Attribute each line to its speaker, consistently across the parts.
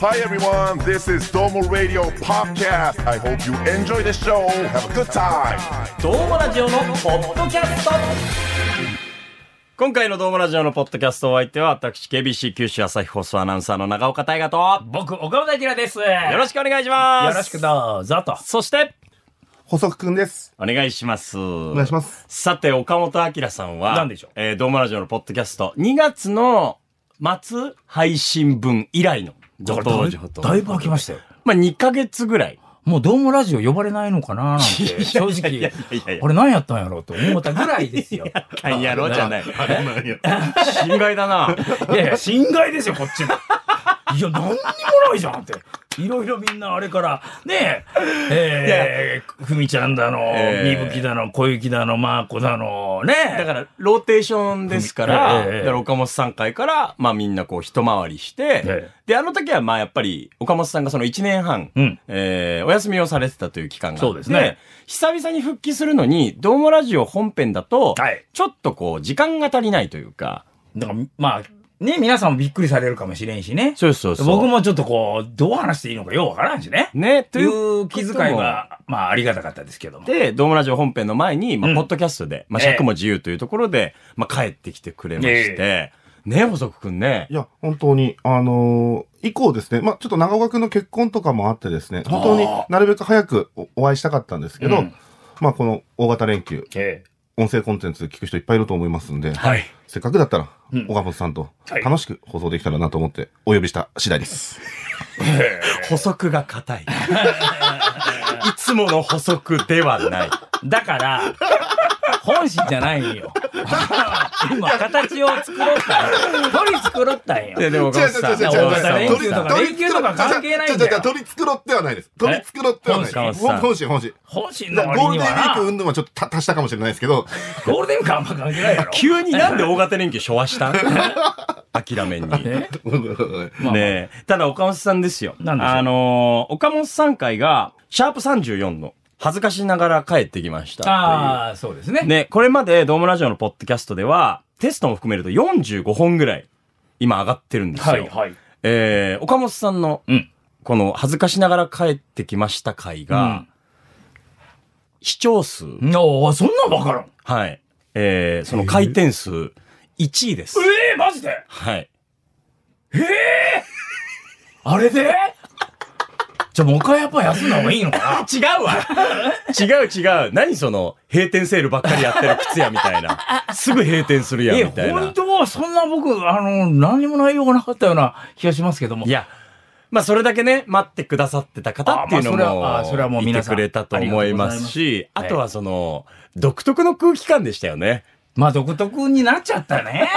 Speaker 1: Hi everyone, this is Domo Radio Podcast. I hope you enjoy the show. Have a good time.
Speaker 2: どうもラジオのポッドキャスト今回のどうもラジオのポッドキャストお相手は私 KBC 九州朝日放送アナウンサーの長岡大河とよ
Speaker 3: 僕、岡本明です。よ
Speaker 2: ろしくお願いします
Speaker 3: ろしくどうぞと。
Speaker 2: そして
Speaker 4: 細くくんです。
Speaker 2: お願いしますお
Speaker 4: お願いします。
Speaker 2: さて岡本明さんは
Speaker 3: 何でしょう
Speaker 2: えー、どうもラジオのポッドキャスト2月の末配信分以来のご登場と
Speaker 3: だいぶ空きましたよ。
Speaker 2: まあ2ヶ月ぐらい
Speaker 3: もうどうもラジオ呼ばれないのかななんて、正
Speaker 2: いや
Speaker 3: 直
Speaker 2: いやいやいや、
Speaker 3: 俺何やったんやろうと思ったぐら いですよ。い
Speaker 2: あん やろじゃない 心外だな
Speaker 3: や いや、心外ですよ、こっちも。 いや、何にもないじゃんって。いろいろみんなあれから、ねえ、えー、ふみちゃんだの、
Speaker 2: えー
Speaker 3: みぶきだの、小雪だの、まーこだの、ねえ。
Speaker 2: だから、ローテーションですから、
Speaker 3: ええええ
Speaker 2: だから岡本さん会から、まあみんなこう一回りして、
Speaker 3: え
Speaker 2: で、あの時はまあやっぱり、岡本さんがその1年半、
Speaker 3: うん
Speaker 2: えーお休みをされてたという期間があって
Speaker 3: そうですね
Speaker 2: 久々に復帰するのに、どうもラジオ本編だと、
Speaker 3: はい
Speaker 2: ちょっとこう、時間が足りないというか、
Speaker 3: だから、まあ、ね、皆さんもびっくりされるかもしれんしね。
Speaker 2: そうそうそう
Speaker 3: 僕もちょっとこう、どう話していいのかようわからんしね。
Speaker 2: ね、と
Speaker 3: と
Speaker 2: い
Speaker 3: いうう気遣いは、まあ、ありがたかったですけども。
Speaker 2: で、ドームラジオ本編の前に、まあ、
Speaker 3: うん
Speaker 2: ポッドキャストで、まあ、尺も自由というところで、まあ、帰ってきてくれまして、ね、細くくんね
Speaker 4: い。や、本当に、あのー以降ですね、まあちょっと長岡くんの結婚とかもあってですね、本当になるべく早くおお会いしたかったんですけど、
Speaker 3: うん
Speaker 4: まあこの大型連休、
Speaker 3: え
Speaker 4: 音声コンテンツ聞く人いっぱいいると思いますんで、
Speaker 3: はい。
Speaker 4: せっかくだったら、
Speaker 3: うん
Speaker 4: 岡本さんと
Speaker 3: はい
Speaker 4: 楽しく放送できたらなと思ってお呼びした次第です。
Speaker 2: 補足が硬い。いつもの補足ではない。
Speaker 3: だから、本心じゃないんよ。今、形を作ろったんよ。取り繕ったんよ。
Speaker 2: で、でも、
Speaker 3: 違う違う違う
Speaker 2: 岡本さん
Speaker 3: 違う違う違う
Speaker 2: 岡本さん
Speaker 3: 連休とか関係ないんだよ
Speaker 4: 違う違う違う取り繕ってはないです。取り繕ってはない
Speaker 2: 本
Speaker 4: です。
Speaker 2: 心
Speaker 4: 本心、本心。
Speaker 3: 本心
Speaker 4: だ
Speaker 3: の
Speaker 4: からゴー
Speaker 3: 割に
Speaker 4: ルデンウィーク
Speaker 3: は
Speaker 4: 運動はちょっとた足したかもしれないですけど、
Speaker 3: な、ゴールデンウィークはあんま関係ないやろ。
Speaker 2: 急になんで大型連休昭和した諦めに。ね
Speaker 3: ねまあ
Speaker 2: え。ただ、岡本さんですよ。
Speaker 3: なんでしょう
Speaker 2: あのー、岡本さん会が、シャープ34の、恥ずかしながら帰ってきましたっていう。
Speaker 3: ああ、そうですね。
Speaker 2: ね、これまでドームラジオのポッドキャストでは、テストも含めると45本ぐらい、今上がってるんですよ。
Speaker 3: はい、はい。
Speaker 2: えー、岡本さんの、
Speaker 3: うん
Speaker 2: この、恥ずかしながら帰ってきました回が、視聴数、
Speaker 3: おーそんなんわからん。
Speaker 2: はい、えー、その回転数、1位です。
Speaker 3: ええマジで
Speaker 2: はい。
Speaker 3: あれでじゃあもう一回やっぱ休んだ方がいいのかな
Speaker 2: 違うわ違う違う。何その、閉店セールばっかりやってる靴屋みた いな。すぐ閉店するやん、みたいな
Speaker 3: 本。当はそんな僕、あの、何にも内容がなかったような気がしますけども。
Speaker 2: いや、まあそれだけね、待ってくださってた方っていう
Speaker 3: あまあ
Speaker 2: の
Speaker 3: それはあそれはも
Speaker 2: も、
Speaker 3: う
Speaker 2: 見て
Speaker 3: 皆さ
Speaker 2: く
Speaker 3: ん
Speaker 2: れたと思いますし、
Speaker 3: あ
Speaker 2: あ
Speaker 3: りがとうございます
Speaker 2: とはその、独特の空気感でしたよね。
Speaker 3: まあ独特になっちゃった ね。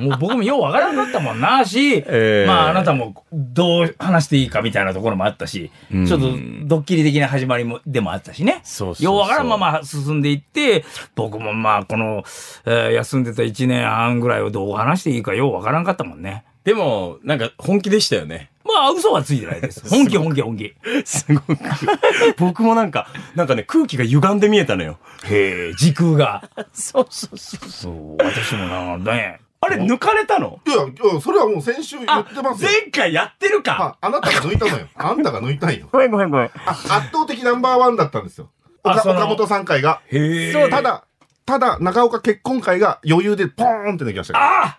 Speaker 3: もう僕もようわからなかったもんなし、
Speaker 2: ええ
Speaker 3: まああなたもどう話していいかみたいなところもあったし、
Speaker 2: ん
Speaker 3: ちょっとドッキリ的な始まりもでもあったしね。
Speaker 2: そうそうそう
Speaker 3: ようわからんまま進んでいって、僕もまあこの、えー休んでた1年半ぐらいをどう話していいかようわからんかったもんね。
Speaker 2: でも、なんか本気でしたよね。
Speaker 3: まあ嘘はついてない です。本気本気本気。
Speaker 2: すごく。 僕もなんか、なんかね、空気が歪んで見えたのよ。
Speaker 3: へえ、時空が。
Speaker 2: そうそうそう。
Speaker 3: そう、私もな、ね。
Speaker 2: あれ、抜かれたの
Speaker 4: いや、いやそれはもう先週言ってますよ。
Speaker 2: 前回やってるか
Speaker 4: ああなたが抜いたの よ。あんたが抜いたんよ。
Speaker 2: ごめんごめんごめん。
Speaker 4: あ圧倒的ナンバーワンだったんですよ。
Speaker 3: あ
Speaker 4: 岡
Speaker 3: その
Speaker 4: 岡本さん会が。
Speaker 3: へえ。
Speaker 4: そうただ、ただ、長岡結婚会が余裕でポーンって抜きましたから。
Speaker 3: ああ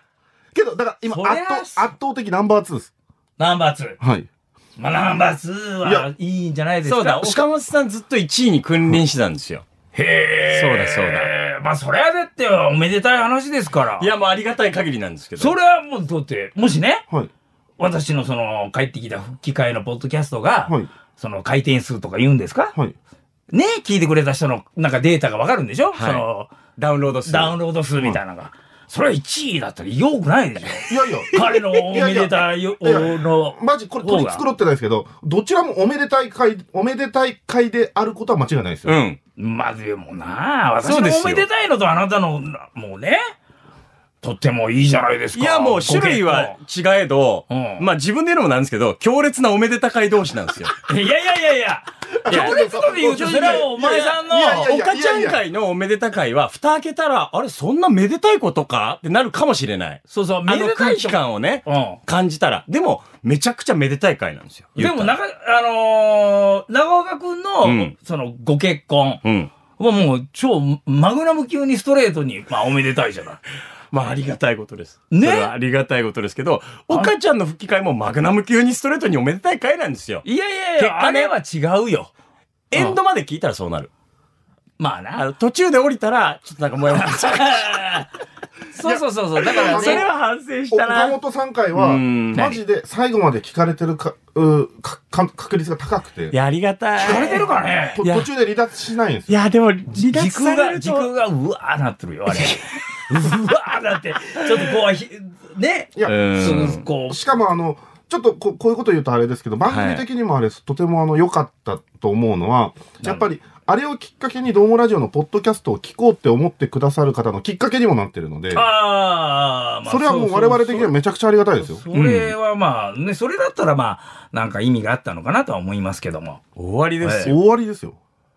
Speaker 4: けど、だから今
Speaker 3: そりゃ
Speaker 4: 圧倒、圧倒的ナンバーツーです。
Speaker 3: ナンバー2。
Speaker 4: はい。
Speaker 3: まあナンバー2
Speaker 4: いや
Speaker 3: はいいんじゃないですか。
Speaker 2: そうだ、岡本さんずっと1位に君臨してたんですよ。
Speaker 3: へえ。
Speaker 2: そうだそう
Speaker 3: だ。まあそれはだっておめでたい話ですから。
Speaker 2: いや、もうありがたい限りなんですけど。
Speaker 3: それはもうだって、もしね、
Speaker 4: はい。
Speaker 3: 私のその帰ってきた復帰会のポッドキャストが、
Speaker 4: はい
Speaker 3: その回転数とか言うんですか、
Speaker 4: はい。
Speaker 3: ね聞いてくれた人のなんかデータがわかるんでしょ、
Speaker 2: は
Speaker 3: そ
Speaker 2: い
Speaker 3: の
Speaker 2: ダウンロードする。
Speaker 3: ダウンロード数みたいなのが。それは1位だったらよくないでしょ
Speaker 4: いやいや。
Speaker 3: 彼のおめでたいよ
Speaker 4: いやいや
Speaker 3: の。
Speaker 4: マジ、これ取り繕ってないですけど、どちらもおめでたい会、おめでたい会であることは間違いないですよ。
Speaker 2: うん。
Speaker 3: まあでもなあ、
Speaker 2: そ
Speaker 3: 私
Speaker 2: うで
Speaker 3: の
Speaker 2: すよ
Speaker 3: おめでたいのとあなたの、もうね、とってもいいじゃないですか。
Speaker 2: いや、もう種類は違えど、
Speaker 3: うん
Speaker 2: まあ自分で言うのもなんですけど、強烈なおめでた会同士なんですよ。
Speaker 3: ご結婚。いやいやいやいや。強烈とで言 うと、それはお前さんの
Speaker 4: いやいやいやいや
Speaker 2: 岡ちゃん会のおめでた会は、蓋開けたら、あれ、そんなめでたいことかってなるかもしれない。
Speaker 3: そうそう、
Speaker 2: あ
Speaker 3: め
Speaker 2: の
Speaker 3: でた
Speaker 2: 空
Speaker 3: い
Speaker 2: 気
Speaker 3: と。
Speaker 2: 感をね、
Speaker 3: うん。
Speaker 2: 感じたら。でも、めちゃくちゃめでたい会なんですよ。
Speaker 3: でも、
Speaker 2: 言っ
Speaker 3: なか、あのー、長岡くんの、
Speaker 2: うん
Speaker 3: その、ご結婚
Speaker 2: たらうん。
Speaker 3: はもう、超、マグナム級にストレートに、まあ、おめでたいじゃない。
Speaker 2: まあ、ありがたいことです。
Speaker 3: ね
Speaker 2: それはありがたいことですけど、岡ちゃんの吹き替えもマグナム級にストレートにおめでたい会なんですよ。
Speaker 3: いやいやい
Speaker 2: 結果ね
Speaker 3: あれは違うよ。
Speaker 2: エンドまで聞いたらそうなる。
Speaker 3: まあ
Speaker 2: あ
Speaker 3: な。
Speaker 2: の、途中で降りたら、ちょっとなんかもやもや しちゃう
Speaker 3: そうそうそうそう。だからね。
Speaker 2: それは反省し
Speaker 4: お
Speaker 2: た
Speaker 4: 岡
Speaker 2: な。
Speaker 4: 本さん回は、
Speaker 2: うん
Speaker 4: マジで最後まで聞かれてるか、うかか確率が高くて
Speaker 2: い、や、ありがたい。
Speaker 3: 聞かれてるかね
Speaker 4: と
Speaker 2: いや
Speaker 4: 途中で離脱しないんです
Speaker 2: い
Speaker 4: よ。
Speaker 2: や、でも、離脱
Speaker 3: 時
Speaker 2: さ
Speaker 3: 空
Speaker 2: れ
Speaker 3: が、
Speaker 2: る
Speaker 3: 時
Speaker 2: と
Speaker 3: 空。がうわーなってるよ、あ れ。うわーなって、ちょっとこうひ、ね。
Speaker 4: いや、
Speaker 2: うん
Speaker 3: そうこ
Speaker 4: しかもあの、ちょっとここういうこと言うとあれですけど、番組的にもあれ、とてもあの、良かったと思うのは、やっぱり、あれをきっかけに、ドームラジオのポッドキャストを聞こうって思ってくださる方のきっかけにもなってるので
Speaker 3: う、、あー、まあ、
Speaker 4: それはもう
Speaker 3: そ
Speaker 4: 我々的にはめちゃくちゃありがたいですよ。
Speaker 3: それはまあ、ね、それだったらまあ、なんか意味があったのかなとは思いますけども。
Speaker 2: 終わりです
Speaker 4: 終
Speaker 2: よ。
Speaker 4: わりですよ。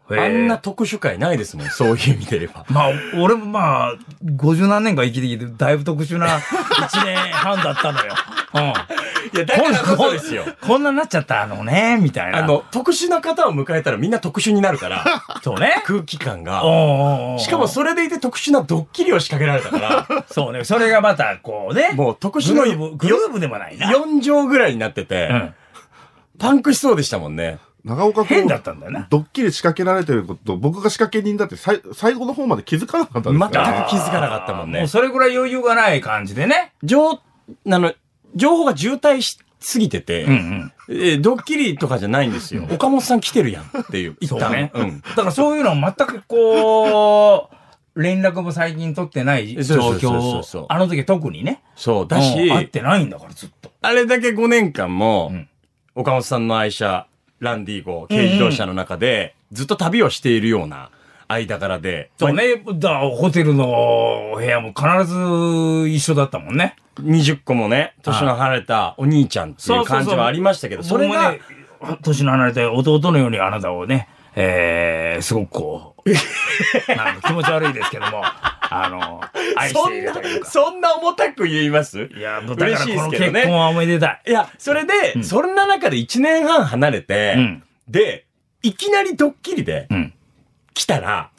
Speaker 2: あんな
Speaker 3: へー。
Speaker 2: 特殊会ないですもん、そういう意味で 言えば。
Speaker 3: まあ、俺もまあ、50何年間生きてきて、だいぶ特殊な1年半だったのよ。うん。
Speaker 2: いや、だからこそですよ。
Speaker 3: こんなになっちゃったのね、みたいな。
Speaker 2: あ、の、特殊な方を迎えたらみんな特殊になるから、
Speaker 3: そうね。
Speaker 2: 空気感
Speaker 3: おう
Speaker 2: が。
Speaker 3: おうおう
Speaker 2: しかも、それでいて特殊なドッキリを仕掛けられた から、
Speaker 3: そうね。それがまた、こうね。
Speaker 2: もう特殊
Speaker 3: グ
Speaker 2: の
Speaker 3: ルーブ、グルーブでもないな。
Speaker 2: 4畳ぐらいになって
Speaker 3: う
Speaker 2: て
Speaker 3: ん、
Speaker 2: パンクしそうでしたもんね。
Speaker 4: 長岡君
Speaker 3: 変だったんだよな
Speaker 4: ドッキリ仕掛けられてること、僕が仕掛け人だってさい最後の方まで気づかなかったん
Speaker 2: 全
Speaker 4: です
Speaker 2: く
Speaker 4: から。
Speaker 2: 気づかなかったもん
Speaker 3: も
Speaker 2: ね
Speaker 3: う。それぐらい余裕がない感じでね。
Speaker 2: 情、あの、情報が渋滞しすぎてて、
Speaker 3: うんうん。
Speaker 2: えードッキリとかじゃないんですよ。岡本さん来てるやんっていう。一
Speaker 3: そう
Speaker 2: 旦
Speaker 3: ね。
Speaker 2: うん。
Speaker 3: だからそういうの全くこう、連絡も最近取ってない状
Speaker 2: そうそうそうそ
Speaker 3: 況
Speaker 2: う。
Speaker 3: あの時特にね。
Speaker 2: そう。だ
Speaker 3: うん
Speaker 2: し、
Speaker 3: 会ってないんだからずっと。
Speaker 2: あれだけ5年間も、
Speaker 3: うん
Speaker 2: 岡本さんの愛車、ランディー号、軽自動車の中で、ずっと旅をしているような間柄で、
Speaker 3: そうね。だホテルの部屋も必ず一緒だったもんね。
Speaker 2: 20個もね、年の離れたお兄ちゃんっていう感じはありましたけど、それ
Speaker 3: 僕も
Speaker 2: が
Speaker 3: ね、、年の離れた弟のようにあなたをね、えー、すごくこ う、なんか気持ち悪いですけども、あの、愛し
Speaker 2: そ
Speaker 3: てい
Speaker 2: ん
Speaker 3: る
Speaker 2: な
Speaker 3: という、か。
Speaker 2: そんな重たく言います
Speaker 3: いや、だか
Speaker 2: 嬉
Speaker 3: らこ
Speaker 2: しいです
Speaker 3: の
Speaker 2: けど
Speaker 3: 結
Speaker 2: ね。
Speaker 3: 婚はおめでたい。
Speaker 2: いや、それで、
Speaker 3: うん
Speaker 2: そんな中で1年半離れて、
Speaker 3: うん
Speaker 2: で、いきなりドッキリで
Speaker 3: うん。
Speaker 2: 来たら、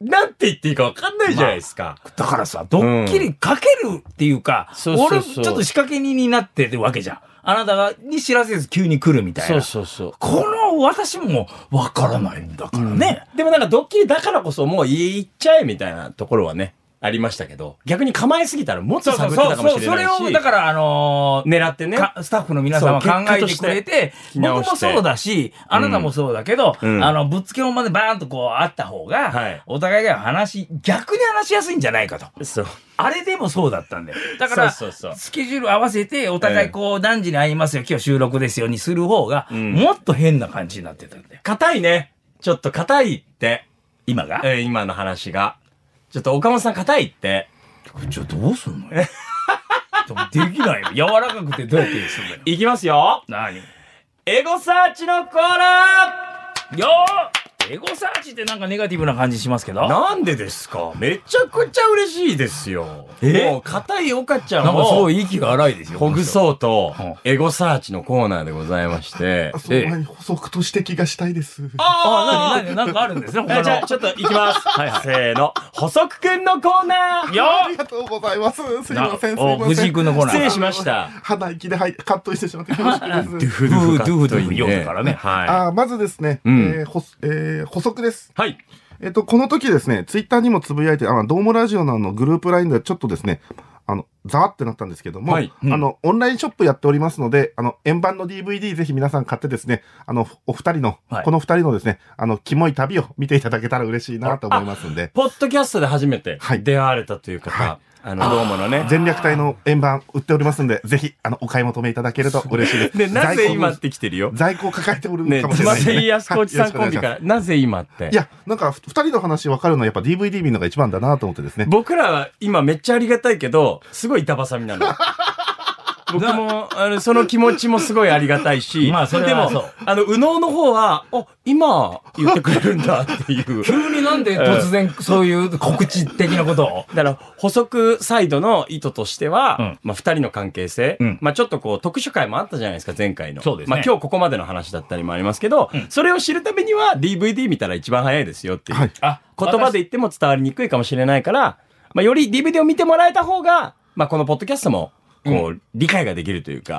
Speaker 2: なんて言っていいかわかんないじゃないですか。
Speaker 3: だからさ、ドッキリかけるっていうか、
Speaker 2: そうそうそう
Speaker 3: 俺ちょっと仕掛け人になってるわけじゃん。あなたがに知らせず急に来るみたいな。
Speaker 2: そうそう。
Speaker 3: この私もわからないんだからね。
Speaker 2: でもなんかドッキリだからこそもう言っちゃえみたいなところはね、ありましたけど、逆に構えすぎたらもっと
Speaker 3: そうそう
Speaker 2: 探って
Speaker 3: そう
Speaker 2: たかも
Speaker 3: そ
Speaker 2: し
Speaker 3: う。
Speaker 2: れ
Speaker 3: そ
Speaker 2: ない
Speaker 3: れを、
Speaker 2: し。
Speaker 3: だからあのー
Speaker 2: 狙ってね。
Speaker 3: かスタッフの皆さんは
Speaker 2: そう
Speaker 3: 考え
Speaker 2: 結
Speaker 3: て
Speaker 2: 果
Speaker 3: くれて
Speaker 2: とし、て
Speaker 3: 僕もそうだし、あなたもそうだけど、
Speaker 2: うん
Speaker 3: あの、ぶっつけ本までバーンとこうあった方が、
Speaker 2: はい
Speaker 3: お互いが話し、逆に話しやすいんじゃないかと。
Speaker 2: そう。
Speaker 3: あれでもそうだったんだよ。だから、
Speaker 2: そうそうそう
Speaker 3: スケジュール合わせて、お互いこう、何時に会いますよ、今日収録ですよ、にする方が、
Speaker 2: ん
Speaker 3: もっと変な感じになってたんだよ。
Speaker 2: 硬いね。ちょっと硬いって、
Speaker 3: 今が
Speaker 2: えー今の話が。ちょっと岡本さん硬いって。
Speaker 3: じゃあどうすんのよ。でもできないよ。柔らかくてどうやってすんだよ。
Speaker 2: いきますよ。
Speaker 3: 何よ
Speaker 2: エゴサーチのコー
Speaker 3: ー
Speaker 2: ナ
Speaker 3: エゴサーチってなんかネガティブな感じしますけど。
Speaker 2: ーなんでですかめちゃくちゃ嬉しいですよ。
Speaker 3: え
Speaker 2: もう硬い岡ちゃ
Speaker 3: なん
Speaker 2: ん
Speaker 3: かすご
Speaker 2: を
Speaker 3: い息が荒いですよ。
Speaker 2: ほぐそうと
Speaker 3: うん、
Speaker 2: エゴサーチのコーナーでございまして。
Speaker 4: その前に補足と指摘がしたいです。
Speaker 3: あ、なになになんかあるんですね、他
Speaker 2: あじゃあ、
Speaker 3: の。
Speaker 2: ちょっと行きます。せーの。補足くんのコーナー
Speaker 3: よ
Speaker 4: ありがとうございます。すい
Speaker 3: な
Speaker 4: ません、すい
Speaker 3: お
Speaker 4: ません。
Speaker 3: 藤井君のコーナー
Speaker 2: 失礼しました
Speaker 4: 鼻息ではいカットしてしまって恐縮
Speaker 2: ドゥ
Speaker 4: です。
Speaker 2: フドゥフ
Speaker 3: ドゥフドゥフ読んだからね
Speaker 2: は
Speaker 4: あーまずですね、
Speaker 2: うん
Speaker 4: えーほすえー補足です。
Speaker 2: い。はい。
Speaker 4: えっ、と、この時ですね、ツイッターにもつぶやいて、あの、ドームラジオのあの、グループラインではちょっとですね、あの、ざわってなったんですけども、
Speaker 2: はい
Speaker 3: うん
Speaker 4: あの、オンラインショップやっておりますので、あの、円盤の DVD ぜひ皆さん買ってですね、あの、お二人の、
Speaker 3: はい
Speaker 4: この二人のですね、あの、キモい旅を見ていただけたら嬉しいなと思いますんで、
Speaker 2: ポッドキャストで初めて
Speaker 4: はい
Speaker 2: 出会われたという方、
Speaker 4: は
Speaker 2: あの、どうものね。
Speaker 4: 全略隊の円盤売っておりますんで、ぜひ、あの、お買い求めいただけると嬉しいです。
Speaker 2: で、なぜ今
Speaker 4: 在
Speaker 2: って来てるよ
Speaker 4: 庫。在庫を抱えておる
Speaker 2: ね
Speaker 4: かもしれないんで、
Speaker 2: 松井康子おじさんコンビ
Speaker 4: はいよろしくお願
Speaker 2: か
Speaker 4: いします
Speaker 2: ら、なぜ今って
Speaker 4: い。や、なんか、ふ二人の話分かるのはやっぱ DVD 見るのが一番だなと思ってですね。
Speaker 2: 僕らは今めっちゃありがたいけど、すごい板挟みなの。僕も、あの、その気持ちもすごいありがたいし、
Speaker 3: まあそれ
Speaker 2: で
Speaker 3: は
Speaker 2: も
Speaker 3: そう、
Speaker 2: あの、右脳の方は、あ、今言ってくれるんだっていう。
Speaker 3: 急になんで突然そういう告知的なことを。
Speaker 2: だから、補足サイドの意図としては、
Speaker 3: うん
Speaker 2: まあ、二人の関係性、
Speaker 3: うん
Speaker 2: まあ、ちょっとこう、特殊会もあったじゃないですか、前回の。
Speaker 3: そうですね
Speaker 2: まあ、今日ここまでの話だったりもありますけど、それを知るためには、DVD 見たら一番早いですよっていう。
Speaker 4: はい
Speaker 3: あ
Speaker 2: 言葉で言っても伝わりにくいかもしれないから、まあ、より DVD を見てもらえた方が、まあ、このポッドキャストも、こう、理解ができるというか、香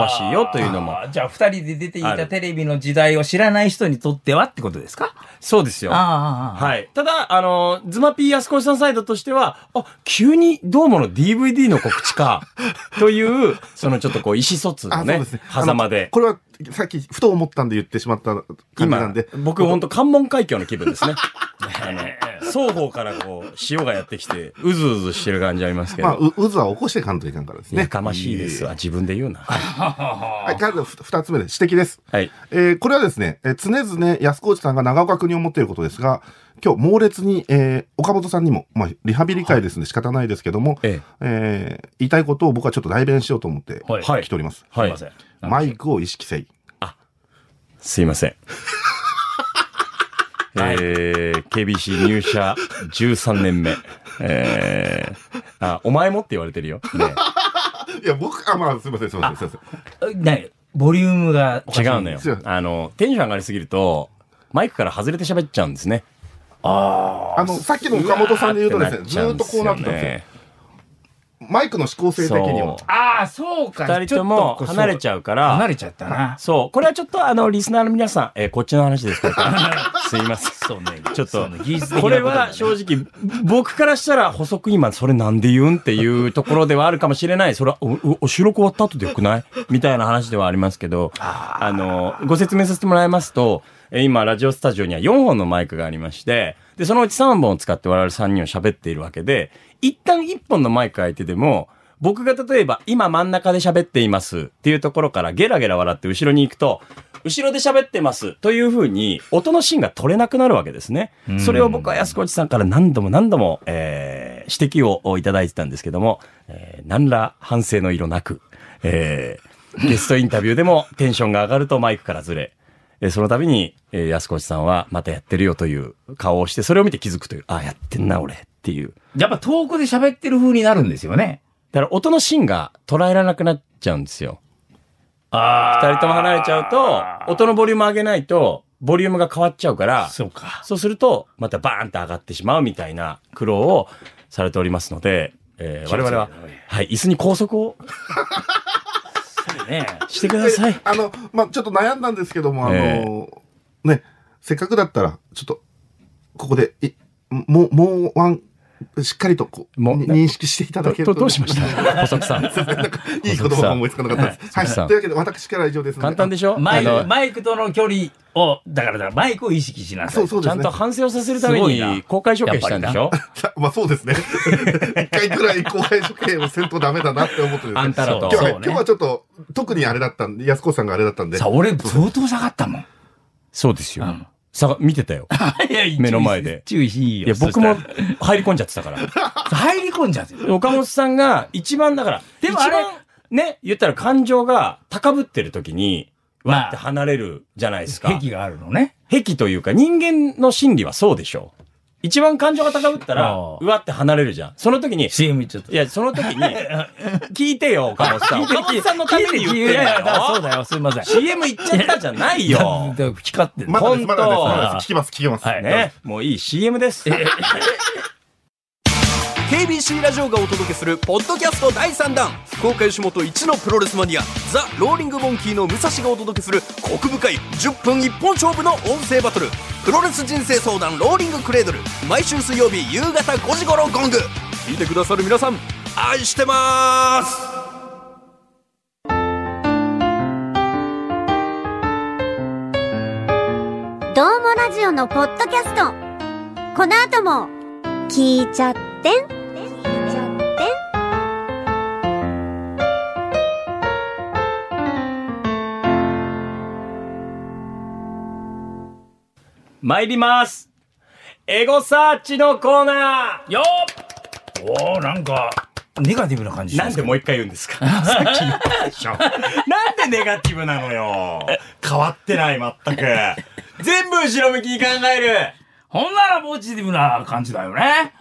Speaker 2: ばしいよというのも。
Speaker 3: あー。じゃあ、二人で出てい
Speaker 2: あ
Speaker 3: た
Speaker 2: る
Speaker 3: テレビの時代を知らない人にとってはってことですか
Speaker 2: そうですよ。
Speaker 3: あはい。
Speaker 2: はい。ただ、あの、ズマピー安子さんサイドとしては、あ、急にどうもの DVD の告知か、 という、そのちょっとこう、意思疎通のね、狭間
Speaker 4: あの
Speaker 2: で。
Speaker 4: これは、さっき、ふと思ったんで言ってしまった感じなん
Speaker 2: 今
Speaker 4: で、、
Speaker 2: 僕ほんと関門海峡の気分ですね。 あの、双方からこう、潮がやってきて、うずうずしてる感じありますけ
Speaker 4: まあ、
Speaker 2: ど。
Speaker 4: う渦は起こしていかんといかんからですね。
Speaker 2: やかましいですわ。自分で言うな。
Speaker 4: はい、かつ二つ目です。指摘です。
Speaker 2: はい。
Speaker 4: えーこれはですね、えー常々安河内さんが長岡君に思っていることですが、今日猛烈に、えー岡本さんにも、まあ、リハビリ会ですね、仕方ないですけども、
Speaker 2: え
Speaker 4: えー言いたいことを僕はちょっと代弁しようと思って
Speaker 3: はい
Speaker 4: 来ております。
Speaker 2: え。は
Speaker 3: すい
Speaker 2: い
Speaker 3: ま。せん。
Speaker 4: マイクを意識せい。
Speaker 2: すいませ ん。えー、KBC 入社13年目。えー、あ、お前もって言われてるよ。 ね
Speaker 4: いや、僕、あ、まあ、すいません、すいません、すいません。
Speaker 3: ね、ボリュームがおかし
Speaker 2: 違
Speaker 3: いう
Speaker 2: のよ。あの、テンション上がりすぎると、マイクから外れて喋っちゃうんですね。
Speaker 4: あの、さっきの岡本さんで言うとですね、ずーっとこうなってたんですよ。
Speaker 2: ね。
Speaker 4: マイクの指向性的には
Speaker 2: そ。
Speaker 3: ああ、そうか。
Speaker 2: 二人とも
Speaker 3: ちょっとこう
Speaker 2: 離れちゃうから
Speaker 3: 離れちゃったな。
Speaker 2: そう。これはちょっとあの、リスナーの皆さん、えーこっちの話ですから。 すいません。
Speaker 3: そうね。
Speaker 2: ちょっ
Speaker 3: そ
Speaker 2: と
Speaker 3: うね技術的な
Speaker 2: こ
Speaker 3: とだ
Speaker 2: れ
Speaker 3: ね
Speaker 2: は正直、僕からしたら補足今それなんで言うんっていうところではあるかもしれない。それは、おおお収録終わった後でよくないみたいな話ではありますけど、あの、ご説明させてもらいますと、え今、ラジオスタジオには4本のマイクがありまして、で、そのうち3本を使って我々3人を喋っているわけで、一旦1本のマイクが空いてでも、僕が例えば今真ん中で喋っていますっていうところからゲラゲラ笑って後ろに行くと、後ろで喋ってますというふうに音の芯が取れなくなるわけですね。それを僕は安子内さんから何度も何度も、えー指摘をいただいてたんですけども、えー何ら反省の色なく、えーゲストインタビューでもテンションが上がるとマイクからずれ、えーその度に、えー安子内さんはまたやってるよという顔をして、それを見て気づくという、ああ、やってんな俺っていう。
Speaker 3: やっぱ遠くで喋ってる風になるんですよね。
Speaker 2: だから音の芯が捉えられなくなっちゃうんですよ。
Speaker 3: あ
Speaker 2: 二人とも離れちゃうと、音のボリューム上げないと、ボリュームが変わっちゃうから、そ
Speaker 3: そ
Speaker 2: う
Speaker 3: うか。
Speaker 2: すると、またバーンと上がってしまうみたいな苦労をされておりますので、えー我々は
Speaker 3: 気をつけてください、
Speaker 2: はい、椅子に拘束を
Speaker 3: ねえ
Speaker 2: してください。
Speaker 4: あの、まあ、ちょっと悩んだんですけども、あの、
Speaker 2: え
Speaker 4: ね、せっかくだったら、ちょっと、ここで、いもう、もうワン、しっかりとこう、
Speaker 2: もう
Speaker 4: に認識していただけ
Speaker 2: と
Speaker 4: ると。
Speaker 2: と どうしま した 補足さん。
Speaker 4: いい言葉が思いつかなかったです。
Speaker 2: 細木さん細木さん
Speaker 4: はい。というわけで、私からは以上ですの
Speaker 2: 簡単でしょ
Speaker 3: マイ
Speaker 2: あ
Speaker 3: ク、
Speaker 2: の
Speaker 3: マイクとの距離を、だからだから、マイクを意識しなさ
Speaker 4: そ、。
Speaker 3: いう
Speaker 4: そう
Speaker 2: ち
Speaker 4: で
Speaker 2: ゃ
Speaker 4: す
Speaker 2: ん
Speaker 4: ね
Speaker 2: と。反省をさせるため
Speaker 3: すごい
Speaker 2: に
Speaker 3: な
Speaker 2: 公開処刑したんでしょ
Speaker 4: さ まあ、そうですね。一回くらい後輩処刑をせんとダメだなって思ってるんです
Speaker 2: あん
Speaker 4: ね
Speaker 2: たらと
Speaker 4: 今日は、
Speaker 3: そうね
Speaker 4: 今日はちょっと、特にあれだったんで、安子さんがあれだったんで。
Speaker 3: さ、俺、相当下がったもん。
Speaker 2: そうですよ
Speaker 3: うん。
Speaker 2: さが、見てたよ。
Speaker 3: いやいや
Speaker 2: 目の前で
Speaker 3: 注意しいよ。
Speaker 2: いや、僕
Speaker 3: そ
Speaker 2: も
Speaker 3: した
Speaker 2: 入り込んじゃってたから。
Speaker 3: ら入り込んじゃってる。
Speaker 2: 岡本さんが一番だから、
Speaker 3: でもあれ
Speaker 2: 一番ね、言ったら感情が高ぶってる時に、わって離れるじゃないですか。
Speaker 3: 癖があるのね。
Speaker 2: 癖というか人間の心理はそうでしょう。一番感情が高ぶったら、
Speaker 3: あー
Speaker 2: うわって離れるじゃん。その時に、い
Speaker 3: CM ちょっと。
Speaker 2: や、その時 に、聞いてよ、岡本さん。岡本さんのために言ってん
Speaker 3: いやい
Speaker 2: だ
Speaker 3: やだからそう
Speaker 2: よ。
Speaker 3: だよ、すいません。
Speaker 2: CM 行っちゃったじゃない
Speaker 3: いや
Speaker 2: よ。
Speaker 3: だから光ってる
Speaker 4: まだです、まだです、
Speaker 2: 本当
Speaker 4: まだです。聞きます、聞きます。
Speaker 3: はい
Speaker 2: ね、もういい CM です。
Speaker 5: KBC ラジオがお届けするポッドキャスト第3弾公開種元一のプロレスマニアザ・ローリング・モンキーの武蔵がお届けするコク深い10分一本勝負の音声バトルプロレス人生相談ローリングクレードル毎週水曜日夕方5時頃ゴング聞いてくださる皆さん愛してます
Speaker 6: どうもラジオのポッドキャストこの後も聞いちゃってん聞いちゃってん
Speaker 2: 参りますエゴサーチのコーナ
Speaker 3: よっおーなんかネガティブな感じ
Speaker 2: ー
Speaker 3: し
Speaker 2: な
Speaker 3: ま
Speaker 2: ん
Speaker 3: すけ
Speaker 2: で
Speaker 3: ど
Speaker 2: もう一回言うん ですかさっき言ったでしょなんでネガティブなのよ変わってない全 く全部後ろ向きに考える
Speaker 3: ほんならポジティブな感じだよね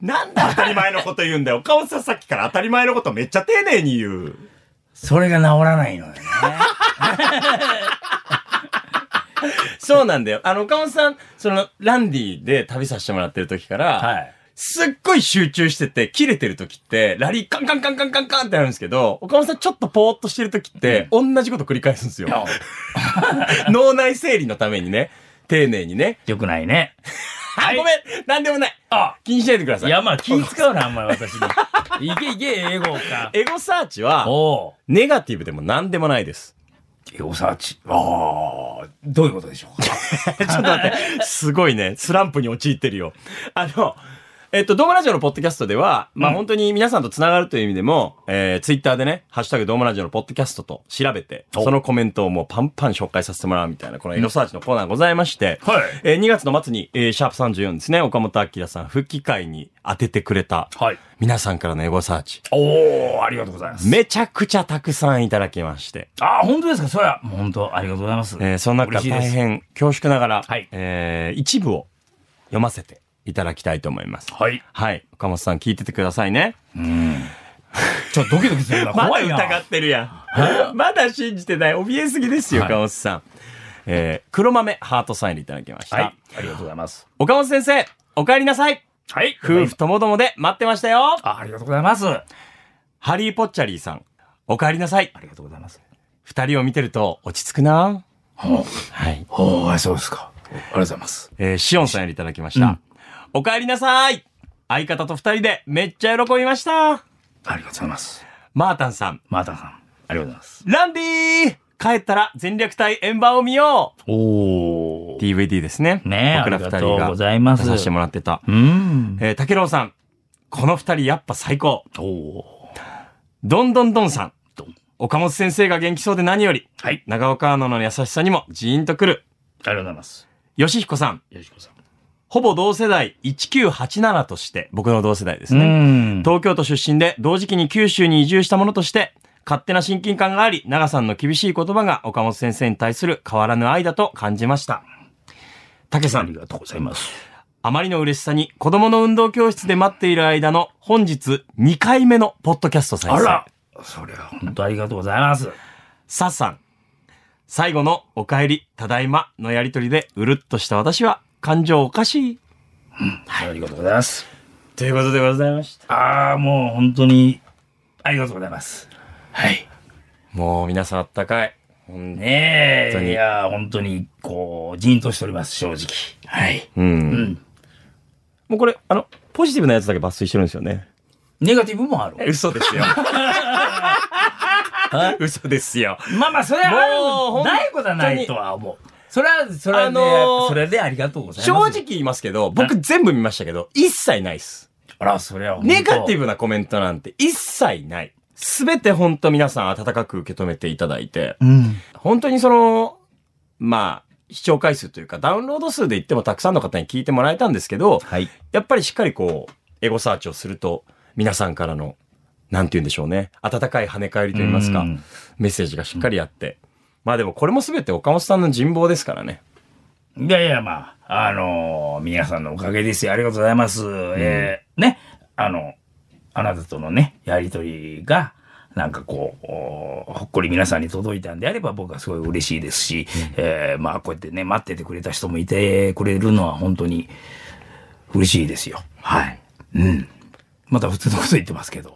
Speaker 2: なんで当たり前のこと言うんだよ岡本さんさっきから当たり前のことめっちゃ丁寧に言う
Speaker 3: それが治らないのよね
Speaker 2: そうなんだよ。あの、岡本さん、その、ランディで旅させてもらってる時から、
Speaker 3: はい
Speaker 2: すっごい集中してて、切れてる時って、ラリーカンカンカンカンカンカンってあるんですけど、岡本さんちょっとぽーっとしてる時って、同じこと繰り返すんですよ。脳内整理のためにね、丁寧にね。
Speaker 3: よくないね
Speaker 2: あ、ごめんなんでもない
Speaker 3: あ
Speaker 2: 気にしないでください。
Speaker 3: いやまあ気使うなあんまり私 にいけいけエゴか
Speaker 2: エゴサーチは、
Speaker 3: おお
Speaker 2: ネガティブでも何でもな いです。
Speaker 3: エゴサーチああどういうことでしょうか
Speaker 2: ちょっと待って。すごいね。スランプに陥ってるよ。あの、えっと、ドームラジオのポッドキャストでは、まあ本当に皆さんとつながるという意味でも、えー、ツイッターでね、ハッシュタグドームラジオのポッドキャストと調べて、そのコメントをもうパンパン紹介させてもらうみたいな、このエロサーチのコーナーございまして、
Speaker 3: はい
Speaker 2: えー、2月の末に、えー、シャープ34ですね、岡本明さん復帰会に当ててくれた、
Speaker 3: はい
Speaker 2: 皆さんからのエゴサーチ、
Speaker 3: おおありがとうございます
Speaker 2: めちゃくちゃたくさんいただきまして、
Speaker 3: あー本当ですかそれはもう本当ありがとうございます
Speaker 2: えー、その中
Speaker 3: 嬉しいで
Speaker 2: 大
Speaker 3: す
Speaker 2: 変恐縮ながら、
Speaker 3: はい
Speaker 2: えー一部を読ませていただきたいと思います。
Speaker 3: はい
Speaker 2: はい。岡本さん聞いててくださいね。
Speaker 3: ちょっとドキドキするな怖いな、
Speaker 2: てるやん。まだ信じてない。怯えすぎですよ、
Speaker 3: はい
Speaker 2: 岡本さん。えー黒豆ハートサインでいただきました。
Speaker 3: はいありがとうございます
Speaker 2: 岡本先生、お帰りなさい。
Speaker 3: はい
Speaker 2: 夫婦ともどもで待ってましたよ。
Speaker 3: あありがとうございますあ
Speaker 2: ハリー・ポッチャリーさん、お帰りなさい。
Speaker 3: りがとうございます
Speaker 2: 二人を見てると落ち着くな。はい。
Speaker 3: おおそうですかありがとうございます
Speaker 2: えーシオンさんよりいただきました。お帰りなさい相方と二人でめっちゃ喜びました
Speaker 3: ありがとうございます
Speaker 2: マータンさん、
Speaker 3: マータンさんありがとうございます
Speaker 2: ランディー帰ったら全略隊円盤を見よう
Speaker 3: おお
Speaker 2: !DVD ですね。
Speaker 3: ねえ
Speaker 2: 僕ら二
Speaker 3: あり
Speaker 2: 人
Speaker 3: がとう
Speaker 2: が
Speaker 3: ございます
Speaker 2: 出させてもらってた。
Speaker 3: うん
Speaker 2: えー、竹郎さん、この二人やっぱ最高
Speaker 3: おお
Speaker 2: どんどんどんさん
Speaker 3: どん、
Speaker 2: 岡本先生が元気そうで何より、
Speaker 3: はい
Speaker 2: 長岡アナの優しさにもジーンとくる。
Speaker 3: ありがとうございます
Speaker 2: 吉彦さん、
Speaker 3: よしこさん
Speaker 2: ほぼ同世代1987として、僕の同世代です
Speaker 3: う
Speaker 2: ね。
Speaker 3: ん
Speaker 2: 東京都出身で同時期に九州に移住したものとして、勝手な親近感があり、長さんの厳しい言葉が岡本先生に対する変わらぬ愛だと感じました。竹さ
Speaker 3: あ
Speaker 2: ん
Speaker 3: り、がとうございます
Speaker 2: あまりの嬉しさに子供の運動教室で待っている間の本日2回目のポッドキャスト再
Speaker 3: あ
Speaker 2: 生
Speaker 3: ら。それは本当ありがとうございます。
Speaker 2: さっさん、最後のお帰り、ただいまのやりとりでうるっとした私は感情おかしい。
Speaker 3: ありがとうございます。
Speaker 2: ということでございました。
Speaker 3: ああ、もう本当に、ありがとうございます。はい。
Speaker 2: もう皆さんあったかい。うん。
Speaker 3: ね
Speaker 2: 本当に
Speaker 3: え、いやー、本当に、こう、じんとしております、正直。はい。
Speaker 2: うん、もうこれ、あの、ポジティブなやつだけ抜粋してるんですよね。
Speaker 3: ネガティブもある。
Speaker 2: 嘘です よ。嘘ですよ。
Speaker 3: まあまあ、それ
Speaker 2: もう
Speaker 3: はあ
Speaker 2: 本
Speaker 3: る、
Speaker 2: 当に
Speaker 3: ないことはないとは思う。それは、それはね、
Speaker 2: あのー
Speaker 3: それでありがとうござい
Speaker 2: 正
Speaker 3: ます。
Speaker 2: 直。言いますけど、僕全部見ましたけど、一切ないっす。
Speaker 3: あら、それは本当
Speaker 2: ネガティブなコメントなんて一切ない。すべて本当皆さん温かく受け止めていただいて、
Speaker 3: うん。
Speaker 2: 本当にその、まあ、視聴回数というか、ダウンロード数で言ってもたくさんの方に聞いてもらえたんですけど、
Speaker 3: はい。
Speaker 2: やっぱりしっかりこう、エゴサーチをすると、皆さんからの、なんて言うんでしょうね、温かい跳ね返りと言いますか
Speaker 3: うん、
Speaker 2: メッセージがしっかりあって。まあでもこれも全て岡本さんの人望ですからね。
Speaker 3: いやいや、まあ、あのー皆さんのおかげですよ。ありがとうございます。えーね、あの、あなたとのね、やりとりが、なんかこう、おーほっこり皆さんに届いたんであれば僕はすごい嬉しいですし、えーまあこうやってね、待っててくれた人もいてくれるのは本当に嬉しいですよ。はい。うん。また普通のこと言ってますけど。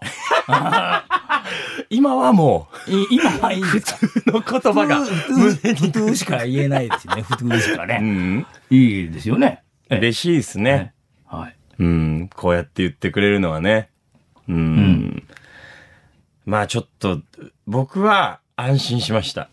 Speaker 2: 今はも
Speaker 3: い今はいいんですか
Speaker 2: う、の言葉が、
Speaker 3: 普通、普通しか言えないですよね。普通しか
Speaker 2: う
Speaker 3: ね。
Speaker 2: ん、
Speaker 3: いいですよね。え
Speaker 2: 嬉しいですね。
Speaker 3: はい。
Speaker 2: うん、こうやって言ってくれるのはね。うん。まあちょっと、僕は安心しました。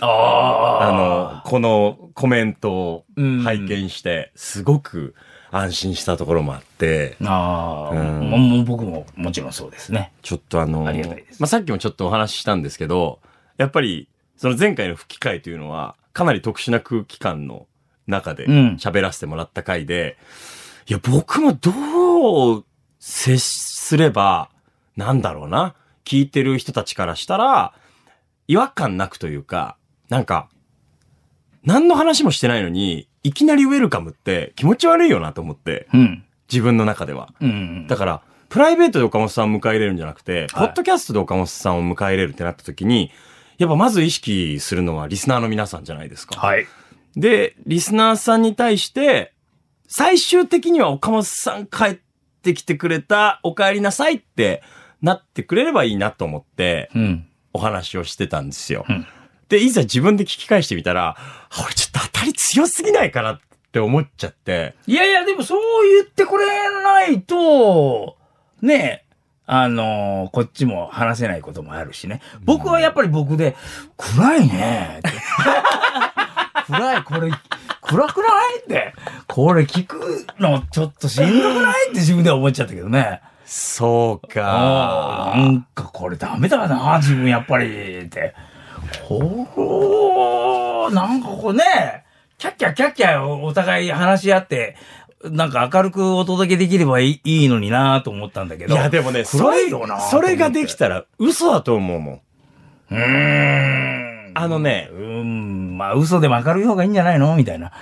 Speaker 3: ああ。
Speaker 2: あの、このコメントを
Speaker 3: うん
Speaker 2: 拝見して、すごく安心したところもあって、
Speaker 3: ああ、
Speaker 2: うん
Speaker 3: もうもう僕ももちろんそうですね。
Speaker 2: ちょっとあの、
Speaker 3: ありがたいです
Speaker 2: まあ、さっきもちょっとお話ししたんですけど、やっぱり、その前回の吹き替えというのは、かなり特殊な空気感の中で
Speaker 3: うん
Speaker 2: 喋らせてもらった回で、いや、僕もどう接すれば、なんだろうな、聞いてる人たちからしたら、違和感なくというか、なんか、何の話もしてないのに、いきなりウェルカムって気持ち悪いよなと思って、
Speaker 3: うん。
Speaker 2: 自分の中では。
Speaker 3: うん。
Speaker 2: だから、プライベートで岡本さんを迎え入れるんじゃなくて、ポッドキャストで岡本さんを迎え入れるってなった時に、やっぱまず意識するのはリスナーの皆さんじゃないですか。
Speaker 3: はい。
Speaker 2: で、リスナーさんに対して、最終的には岡本さん帰ってきてくれた、お帰りなさいってなってくれればいいなと思って、
Speaker 3: うん。
Speaker 2: お話をしてたんですよ。
Speaker 3: うん
Speaker 2: で、いざ自分で聞き返してみたら、あ俺ちょっと当たり強すぎないかなって思っちゃって、
Speaker 3: いやいや、でもそう言ってくれないと、ねえ、あのーこっちも話せないこともあるしね。僕はやっぱり僕で、暗いねって 暗い、これ、暗くないって。これ聞くのちょっとしんどくないって自分では思っちゃったけどね。
Speaker 2: そう
Speaker 3: あ
Speaker 2: か
Speaker 3: あ、なんかこれダメだな、自分やっぱり、って。こう、なんかこうね、キャッキャキャッキャおお互い話し合って、なんか明るくお届けできればいいいいのになと思ったんだけ
Speaker 2: い
Speaker 3: ど。
Speaker 2: や、でもね、そ
Speaker 3: 暗
Speaker 2: れ
Speaker 3: いよな、と思って
Speaker 2: それができたら嘘だと思うもん。
Speaker 3: うーん。
Speaker 2: あのね
Speaker 3: う、ーん、まあ嘘でも明るい方がいいんじゃないのみたいな。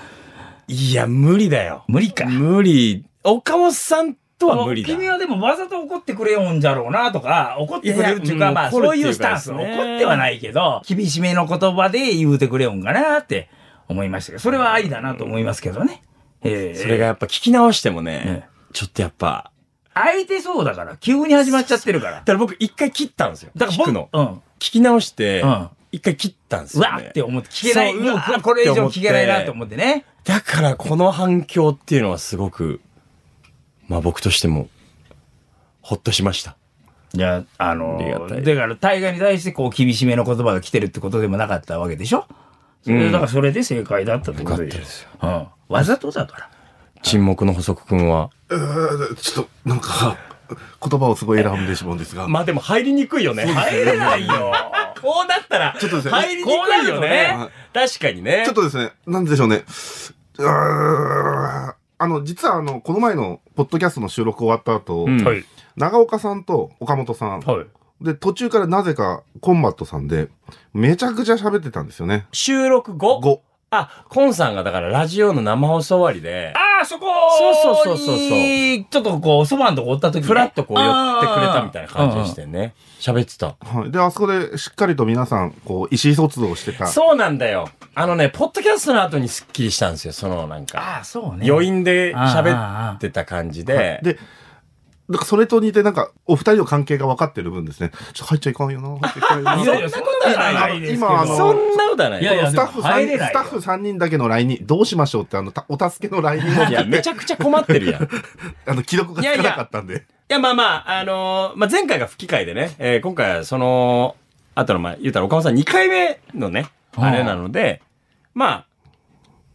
Speaker 2: いや、無理だよ。
Speaker 3: 無理か。
Speaker 2: 無理。岡本さんとは無理だ。
Speaker 3: 君はでもわざと怒ってくれよんじゃろうなとか、怒ってくれるっていうか、
Speaker 2: いやいや
Speaker 3: まあ
Speaker 2: うん
Speaker 3: そういうスタンス、
Speaker 2: 怒
Speaker 3: 怒
Speaker 2: るっていうかですね
Speaker 3: ってはないけど、厳しめの言葉で言うてくれよんかなって思いましたけど、それはありだなと思いますけどね。ええ
Speaker 2: それがやっぱ聞き直してもね
Speaker 3: え、
Speaker 2: ちょっとやっぱ。
Speaker 3: 空いてそうだから、急に始まっちゃってるから
Speaker 2: だ。から僕一回切ったんですよ。
Speaker 3: だから
Speaker 2: 聞
Speaker 3: 僕、
Speaker 2: く
Speaker 3: うん
Speaker 2: の。。聞き直して
Speaker 3: うん、
Speaker 2: 一回切ったんです
Speaker 3: う
Speaker 2: よ
Speaker 3: わ
Speaker 2: ね。
Speaker 3: って思って、聞けない、
Speaker 2: そう
Speaker 3: もう
Speaker 2: うわーって思って
Speaker 3: これ以上聞けないなと思ってね。
Speaker 2: だからこの反響っていうのはすごく、まあ僕としても、ほっとしました。
Speaker 3: いや、あの
Speaker 2: ありがたい
Speaker 3: だから、大河に対してこう、厳しめの言葉が来てるってことでもなかったわけでしょそれ
Speaker 2: うん
Speaker 3: だから、それで正解だったってこと
Speaker 2: よかったです
Speaker 3: よ。うん。わざとだから。
Speaker 2: 沈黙の補足くんは。
Speaker 4: えーちょっと、なんか、言葉をすごい選んでしまうんですが。
Speaker 2: まあでも入りにくいよね。
Speaker 3: 入れない よ。
Speaker 2: こうなったら、
Speaker 4: ちょっとですね
Speaker 2: 入りにくいよ
Speaker 3: こうな
Speaker 2: ね。確かにね。
Speaker 4: ちょっとですね、なんでしょうね。うーあの、実はあの、この前の、ポッドキャストの収録終わった後、
Speaker 2: うん
Speaker 3: はい。
Speaker 4: 長岡さんと岡本さん、
Speaker 3: はい。
Speaker 4: で、途中からなぜかコンバットさんで、めちゃくちゃ喋ってたんですよね。
Speaker 2: 収録後
Speaker 4: 5。
Speaker 2: あ、コンさんがだからラジオの生放送終わりで、
Speaker 3: ああ、そこ
Speaker 2: そうそうそうそうそう
Speaker 3: にちょっとこう、そばのとこおった時
Speaker 2: ふらっとこう寄ってくれたみたいな感じでしてね。喋ってた。
Speaker 4: はい。で、あそこでしっかりと皆さん、こう、意思疎通をしてた。
Speaker 2: そうなんだよ。あのね、ポッドキャストの後にスッキリしたんですよ。そのな
Speaker 3: あ
Speaker 2: ん
Speaker 3: ーあ
Speaker 2: か、
Speaker 3: ー、そうね。
Speaker 2: 余韻で
Speaker 3: あ
Speaker 2: 喋
Speaker 3: ー
Speaker 2: ってた感じで。
Speaker 4: で、なんかそれと似て、なんか、お二人の関係が分かってる分ですね、ちょっと入っちゃいかんよな、入っちゃいかんよな。
Speaker 3: いやいや、そんなことはないですけど。
Speaker 4: 今あの
Speaker 2: そんなことはない。
Speaker 3: いやいや
Speaker 4: スタッフさん
Speaker 3: 入れない
Speaker 4: スタッフ3人だけの LINE に、どうしましょうって、あの、たお助けの LINE も
Speaker 2: いや、めちゃくちゃ困ってるやん。
Speaker 4: あの、既読がつかなかったんで。
Speaker 2: いや、まあまあ、あのーまあ、前回が吹き替えでね、えー今回はその、あとの、まあ、言うたら岡本さん2回目のね、
Speaker 3: うん
Speaker 2: あれなので、まあ、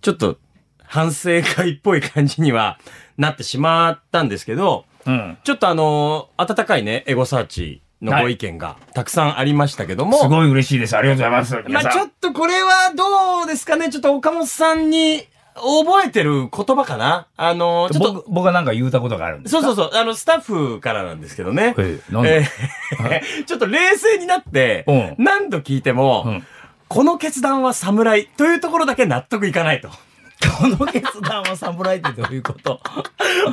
Speaker 2: ちょっと、反省会っぽい感じにはなってしまったんですけど、
Speaker 3: うん。
Speaker 2: ちょっとあのー温かいね、エゴサーチのご意見がたくさんありましたけども、
Speaker 3: すごい嬉しいです。ありがとうございます。皆
Speaker 2: ま
Speaker 3: さ
Speaker 2: あ
Speaker 3: ん
Speaker 2: ちょっとこれはどうですかねちょっと岡本さんに覚えてる言葉かなあのーちょっと、
Speaker 3: 僕、僕はなんか言うたことがあるんです
Speaker 2: そう
Speaker 3: か
Speaker 2: そうそう、あの、スタッフからなんですけどね。
Speaker 3: ええなんで
Speaker 2: えーちょっと冷静になって、
Speaker 3: う
Speaker 2: 何度聞いても、
Speaker 3: うん
Speaker 2: この決断は侍というところだけ納得いかないと。
Speaker 3: この決断は侍ってどういうこと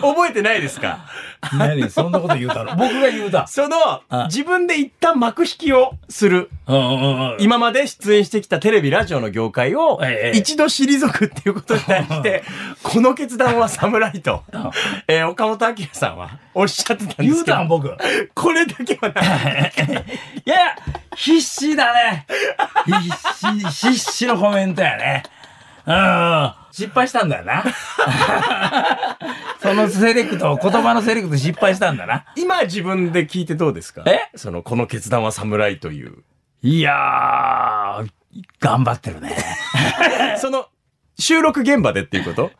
Speaker 2: 覚えてないですか
Speaker 3: 何そんなこと言うたの僕が言うた。
Speaker 2: その
Speaker 3: あ、
Speaker 2: 自分で一旦幕引きをする。
Speaker 3: うんうんうん。
Speaker 2: 今まで出演してきたテレビ、ラジオの業界を
Speaker 3: え、え
Speaker 2: 一度退くっていうことに対 して、この決断は侍と、えー岡本明さんはおっしゃってたんで
Speaker 3: 言
Speaker 2: す
Speaker 3: う
Speaker 2: け
Speaker 3: たん
Speaker 2: ど、
Speaker 3: 僕。い
Speaker 2: これだけ はな、
Speaker 3: やいや、必死だね。必死、必死のコメントやね。ううん。失敗したんだよな。 そのセレクト、言葉のセレクト失敗したんだな。
Speaker 2: 今自分で聞いてどうですか
Speaker 3: え
Speaker 2: その、この決断は侍という。
Speaker 3: いやー、頑張ってるね。
Speaker 2: その、収録現場でっていうこと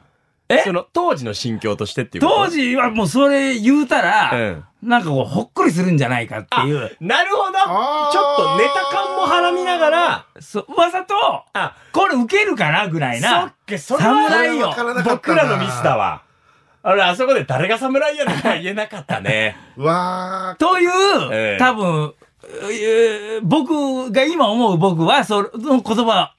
Speaker 3: え
Speaker 2: その、当時の心境としてっていうこと
Speaker 3: 当時はもうそれ言うた
Speaker 2: うん
Speaker 3: ら、なんかこう、ほっこりするんじゃないかっていう。
Speaker 2: なるほどちょ
Speaker 4: あー
Speaker 2: っとネタ感もはらみながら、
Speaker 3: そわざと、
Speaker 2: あ、
Speaker 3: これ受けるかなぐらい
Speaker 2: そっ
Speaker 3: な。
Speaker 2: け、それはないよ
Speaker 4: それは分からなかった
Speaker 2: 僕
Speaker 4: な
Speaker 2: らのミスだわ。あれ、あそこで誰が侍やなんか言えなかっ たね。
Speaker 4: うわー。
Speaker 3: とい
Speaker 2: ええ
Speaker 3: う、多分、えー僕が今思う僕は、その言葉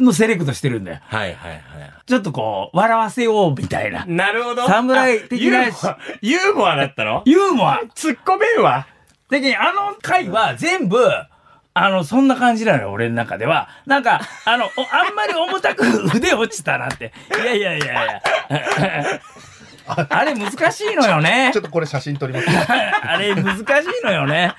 Speaker 3: のセレクトしてるんだよ。
Speaker 2: はいはいはい。
Speaker 3: ちょっとこう、笑わせようみたいな。
Speaker 2: なるほど。
Speaker 3: 侍的な
Speaker 2: あユーモアユーモアだったの
Speaker 3: ユーモア。
Speaker 2: 突っ込めんわ。
Speaker 3: でに、あの回は全部、あの、そんな感じなのよ、俺の中では。なんか、あの、おあんまり重たく腕落ちたなって。いやいやいやい や。あれ難しいのよね
Speaker 4: ちょ。っとこれ写真撮ります。。
Speaker 3: あれ難しいのよね。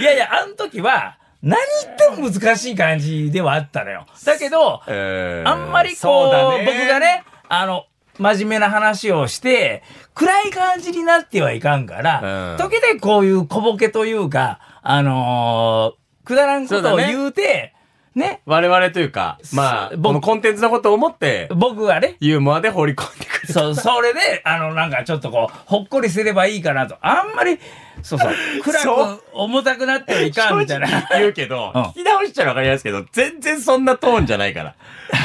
Speaker 3: いやいや、あの時は、何言っても難しい感じではあったのよ。だけど、あんまりこう、僕が。ね、あの、真面目な話をして、暗い感じになってはいかんから、
Speaker 2: うん
Speaker 3: 時々こういう小ボケというか、あのーくだらんことを言うて、ね、
Speaker 2: 我々というか、まあ、
Speaker 3: そう
Speaker 2: このコンテンツのことを思って、
Speaker 3: 僕はね、
Speaker 2: ユーモアで放り込んでくる。
Speaker 3: そう、それで、あの、なんかちょっとこう、ほっこりすればいいかなと。あんまり、そうそう、
Speaker 2: そ
Speaker 3: 暗く、重たくなってはいかんみたいな。
Speaker 2: 正直言うけど、
Speaker 3: うん
Speaker 2: 聞き直しちゃわかりますけど、全然そんなトーンじゃないから。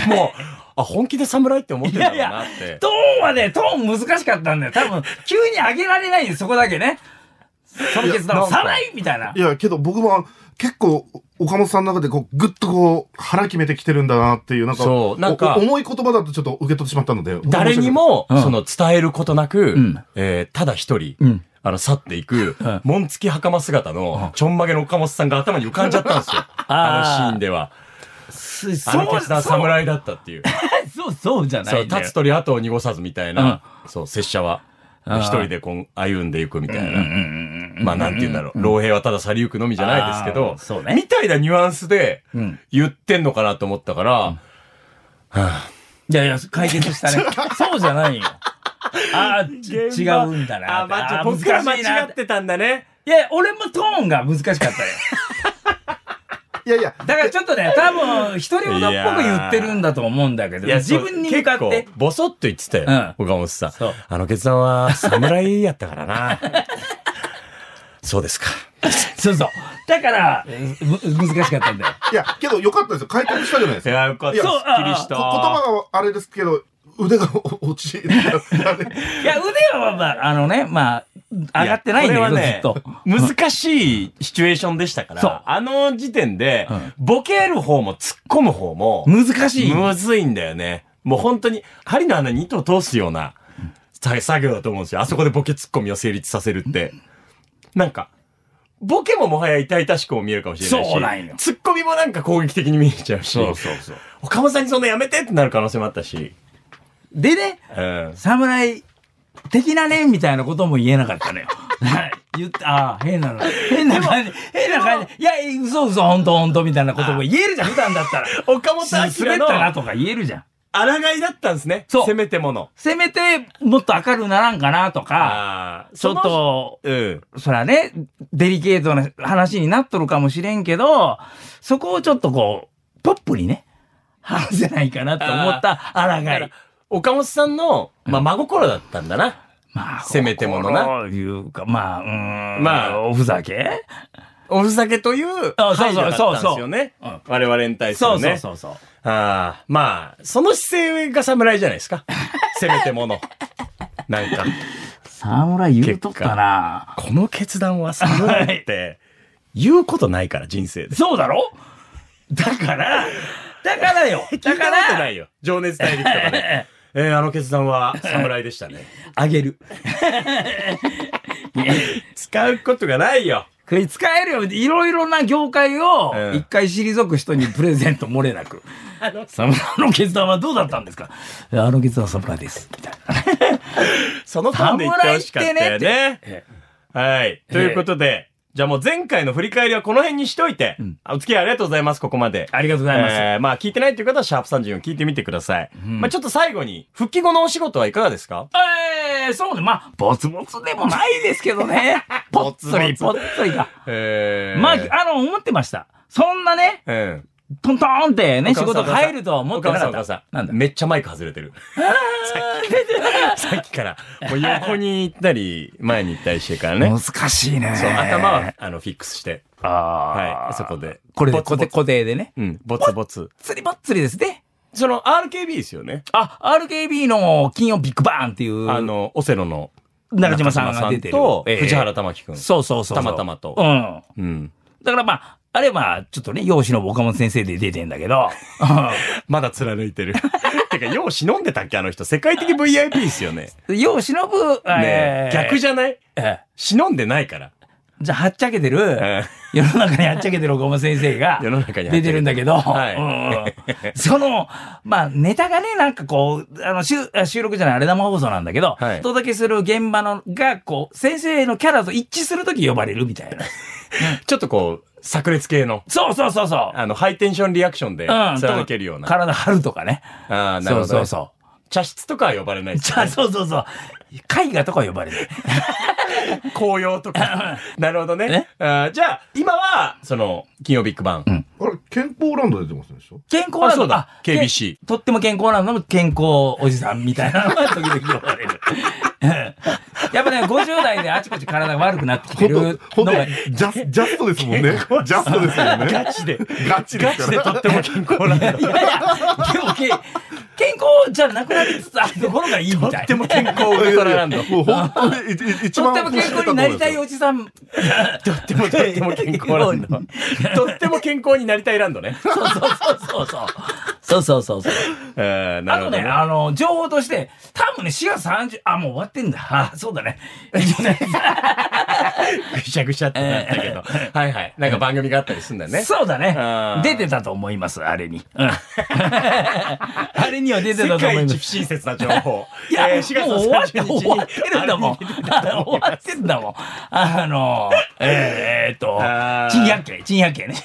Speaker 2: もう、あ、本気で侍って思って
Speaker 3: い
Speaker 2: るんだ
Speaker 3: や
Speaker 2: ろ
Speaker 3: いうや
Speaker 2: なって。、
Speaker 3: トーンはね、トーン難しかったんだよ。多分、急に上げられないんで、そこだけね。その決断
Speaker 2: い
Speaker 3: を
Speaker 2: やなんか
Speaker 3: さないみたいない
Speaker 4: や、けど僕も結構、岡本さんの中でこう、ぐっとこう、腹決めてきてるんだなっていう、なんか、
Speaker 2: そうなんか
Speaker 4: おお重い言葉だとちょっと受け取ってしまったので。
Speaker 2: 誰にも、
Speaker 3: うん
Speaker 2: その伝えることなく、
Speaker 3: ん
Speaker 2: えーただ一人、
Speaker 3: うん
Speaker 2: あの、去っていく、
Speaker 3: ん
Speaker 2: 紋付き袴姿の、ちょんまげの岡本さんが頭に浮かんじゃったんです よ。
Speaker 3: あ
Speaker 2: あ
Speaker 3: ー
Speaker 2: のシーンでは。
Speaker 3: そう、
Speaker 2: あの決断
Speaker 3: そう、
Speaker 2: 侍だったっていう。
Speaker 3: そう、そうじゃな
Speaker 2: そう、
Speaker 3: いんだよ。
Speaker 2: 立つ鳥後を濁さずみたいな、そう、拙者は、一人でこん歩んでいくみたいな。まあ、なんて言うんだろう。老兵はただ去りゆくのみじゃないですけ
Speaker 3: あ
Speaker 2: ど
Speaker 3: ー、そうね
Speaker 2: みたいなニュアンスで
Speaker 3: ん、
Speaker 2: 言ってんのかなと思ったから、
Speaker 3: いやいや、解決した ね。そうじゃないよ。ああ、ち違
Speaker 2: 現場
Speaker 3: うんだな。
Speaker 2: あー、まあ、ちょ
Speaker 3: あー
Speaker 2: 僕ら
Speaker 3: 難
Speaker 2: 間
Speaker 3: しいな
Speaker 2: 違ってたんだね。
Speaker 3: いや、俺もトーンが難しかったよ。
Speaker 4: いやいや、
Speaker 3: だからちょっとね、多分、独り言っぽく言ってるんだと思うんだけど、自分に向かっ
Speaker 2: 結
Speaker 3: て
Speaker 2: 構。ボソッと言ってたよ、
Speaker 3: う
Speaker 2: 岡本さん
Speaker 3: そう。
Speaker 2: あの決断は侍やったからな。 そうですか。
Speaker 3: そうそう。だから、む難しかったんだよ。
Speaker 4: いや、けどよかったですよ。解決したじゃないですか。
Speaker 2: や、よか
Speaker 4: ったいや
Speaker 3: そうすっきりし
Speaker 4: こ言葉があれですけど、腕が落ちる。
Speaker 3: いや、腕は、まあ、あのね、まあ、上がってないんだけど、ずっと。
Speaker 2: 難しいシチュエーションでしたか
Speaker 3: そう
Speaker 2: ら、あの時点で
Speaker 3: ん、
Speaker 2: ボケる方も突っ込む方も、
Speaker 3: 難しい。
Speaker 2: むずいんだよね。もう本当に、針の穴に糸を通すようなさ作業だと思うんですよ。あそこでボケツッコミを成立させるって。なんか、ボケももはや痛々しくも見えるかもしれないし、
Speaker 3: そうなんよ
Speaker 2: ツッコミもなんか攻撃的に見えちゃうし、
Speaker 3: そうそうそう。
Speaker 2: 岡本さんにそんなやめてってなる可能性もあったし、
Speaker 3: でね、
Speaker 2: うん。
Speaker 3: 侍的なね、みたいなことも言えなかったのよ。 はい言って、ああ、変なの。変な感じ。変な感じ。いや、嘘嘘、本当本当みたいなことも言えるじゃん、普段だったら。
Speaker 2: 岡本さん
Speaker 3: 滑ったなとか言えるじゃん。
Speaker 2: 抗いだったんですね。
Speaker 3: そう
Speaker 2: せめてもの。
Speaker 3: せめて、もっと明るくならんかなとか、
Speaker 2: ああ、
Speaker 3: ちょっと、
Speaker 2: その。うん。
Speaker 3: そらね、デリケートな話になっとるかもしれんけど、そこをちょっとこう、ポップにね、話せないかなと思った、あらが
Speaker 2: だから
Speaker 3: い。、
Speaker 2: 岡本さんの、まあ、真心だったんだな。
Speaker 3: まあ
Speaker 2: せめてものな。
Speaker 3: 心いうか、まあ、うーん。
Speaker 2: まあ
Speaker 3: おふざけ
Speaker 2: おふざけという
Speaker 3: あそう
Speaker 2: 配
Speaker 3: そう
Speaker 2: 慮だったんですよね。
Speaker 3: そうそう
Speaker 2: 我々に対す
Speaker 3: そう
Speaker 2: る
Speaker 3: そう
Speaker 2: ね。
Speaker 3: そうそう。
Speaker 2: ああまあ、その姿勢が侍じゃないで すか。せめてもの。なんか、
Speaker 3: 侍言うとったな。
Speaker 2: この決断は侍って、言うことないから、人生で。
Speaker 3: そうだろだから、だからよ。だか
Speaker 2: 聞いたことな
Speaker 3: ら、
Speaker 2: いよ。情熱大陸とか ね。えー、あの決断は侍でしたね。
Speaker 3: あげ る。
Speaker 2: 使うことがないよ。
Speaker 3: これ使えるよ。いろいろな業界を
Speaker 2: う、ん
Speaker 3: 一回退く人にプレゼント漏れなく。侍の決断はどうだったんですかあの決断は侍です。みたいな。
Speaker 2: そのターンで言ってほしかったよね。
Speaker 3: え
Speaker 2: はい。ということで、じゃあもう前回の振り返りはこの辺にしといて、あお付き合いありがとうございます、ここまで。
Speaker 3: ありがとうございます。
Speaker 2: えーまあ聞いてないという方はシャープ34聞いてみてください。まあちょっと最後に、復帰後のお仕事はいかがですか
Speaker 3: えー、そうね。まあ、ぼつぼつでもないですけど ね。ぽっつり、ぽっつりか。
Speaker 2: え
Speaker 3: まあ、あの、思ってました。そんなね、
Speaker 2: うん。
Speaker 3: トントンってね、仕事が入るとは思
Speaker 2: お
Speaker 3: ってな
Speaker 2: 母
Speaker 3: か
Speaker 2: さん
Speaker 3: っ
Speaker 2: お母さ
Speaker 3: た。
Speaker 2: ん
Speaker 3: なんだ
Speaker 2: めっちゃマイク外れてる。 さっきから。もう横に行ったり、前に行ったりしてからね。
Speaker 3: 難しいね。
Speaker 2: そう、頭は、あの、フィックスして。
Speaker 3: ああ。
Speaker 2: はい、そこで。
Speaker 3: これで、
Speaker 2: ボツ
Speaker 3: 固
Speaker 2: ボ
Speaker 3: 定、
Speaker 2: ツ
Speaker 3: 固定でね。
Speaker 2: うん、ボツボツ。
Speaker 3: 釣りぼっつりですね。
Speaker 2: その、RKB ですよね。
Speaker 3: あ、RKB の金曜ビッグバーンっていう、
Speaker 2: あの、オセロの
Speaker 3: 中島さんが出てる。
Speaker 2: と、
Speaker 3: ええ
Speaker 2: 藤原玉樹くん。
Speaker 3: そうそうそうそう。
Speaker 2: たまたまと
Speaker 3: うん。
Speaker 2: うん。
Speaker 3: だからまあ、あれは、ちょっとね、養子の岡本先生で出てんだけど、
Speaker 2: まだ貫いてる。 てか、よう忍んでたっけあの人。世界的 VIP ですよね。
Speaker 3: 養子のぶ、
Speaker 2: ねえ逆
Speaker 3: じ
Speaker 2: じゃない
Speaker 3: ゃ、
Speaker 2: 忍んでないから。
Speaker 3: じゃあ、はっちゃけてる、
Speaker 2: え
Speaker 3: 世の中にはっちゃけてる岡本先生が、
Speaker 2: 世の中にはっちゃけて
Speaker 3: 出
Speaker 2: る
Speaker 3: てるんだけど、
Speaker 2: はい
Speaker 3: うんうんその、まあ、ネタがね、なんかこう、あの、収あ収録じゃない、あれ生放送なんだけど、
Speaker 2: はい
Speaker 3: お届けする現場のが、こう、先生のキャラと一致するとき呼ばれるみたいな。
Speaker 2: ちょっとこう、炸裂系の、
Speaker 3: そうそうそうそう。
Speaker 2: あの、ハイテンションリアクションで
Speaker 3: うん。
Speaker 2: 貫けるような。
Speaker 3: 体張るとかね。
Speaker 2: ああ、なるほど。
Speaker 3: そうそうそう。
Speaker 2: 茶室とかは呼ばれないです
Speaker 3: じ
Speaker 2: よ
Speaker 3: ゃあ、
Speaker 2: ね。
Speaker 3: そうそうそう。絵画とか呼ばれる。
Speaker 2: 紅葉とか。なるほどね
Speaker 3: ね。
Speaker 2: あーじゃあ、今は、その、金曜ビッグバン。
Speaker 4: あれ、健康ランド出てますでしょ
Speaker 3: 健康ランド
Speaker 2: あそうだ
Speaker 3: け
Speaker 2: KBC
Speaker 3: とっても健康なのも健康おじさんみたいなのが時々呼ばれる。うんやっぱね、50代であちこち体が悪くなってきてるの
Speaker 4: ほんと
Speaker 3: が、
Speaker 4: ジャス、ジャストですもん ね。ジャストですもんね。
Speaker 2: ガチで。
Speaker 4: ガチで
Speaker 2: ガ
Speaker 4: す
Speaker 2: チ
Speaker 4: か
Speaker 2: で
Speaker 4: ら。
Speaker 2: とっても健康なんだ。
Speaker 3: いやいや、でもけ健康じゃなくなりつつあるところがいいみたい。
Speaker 2: とっても健康ウルトラランド。と
Speaker 4: もう本当にいい一
Speaker 3: と
Speaker 4: 番
Speaker 3: っても健康になりたいおじさん。
Speaker 2: ってもとっても健康ランド。とっても健康になりたいランドね。
Speaker 3: そうそうそうそう。そうそうそうそう。
Speaker 2: えーな
Speaker 3: あ
Speaker 2: る
Speaker 3: と
Speaker 2: ほど
Speaker 3: ね、
Speaker 2: ね。
Speaker 3: あの、情報として、多分ね、4月30、あ、もう終わってんだ。あそうだね。
Speaker 2: ぐしゃぐしゃってなったけど。はいはい。なんか番組があったりするんだよ ね。
Speaker 3: そうだ
Speaker 2: あー
Speaker 3: ね。出てたと思います、あれに。うん あれには出てた
Speaker 2: 世
Speaker 3: と思い
Speaker 2: 界
Speaker 3: ま
Speaker 2: 一
Speaker 3: す
Speaker 2: 不。親切な情報。
Speaker 3: いや、
Speaker 2: え
Speaker 3: もう
Speaker 2: ー4
Speaker 3: 終
Speaker 2: 月の
Speaker 3: わって、
Speaker 2: 30日に
Speaker 3: 終わってるんだもん。
Speaker 2: あ
Speaker 3: あ終わってんだもん。あの、えーっと
Speaker 2: あー、
Speaker 3: 珍百景、珍百景ね。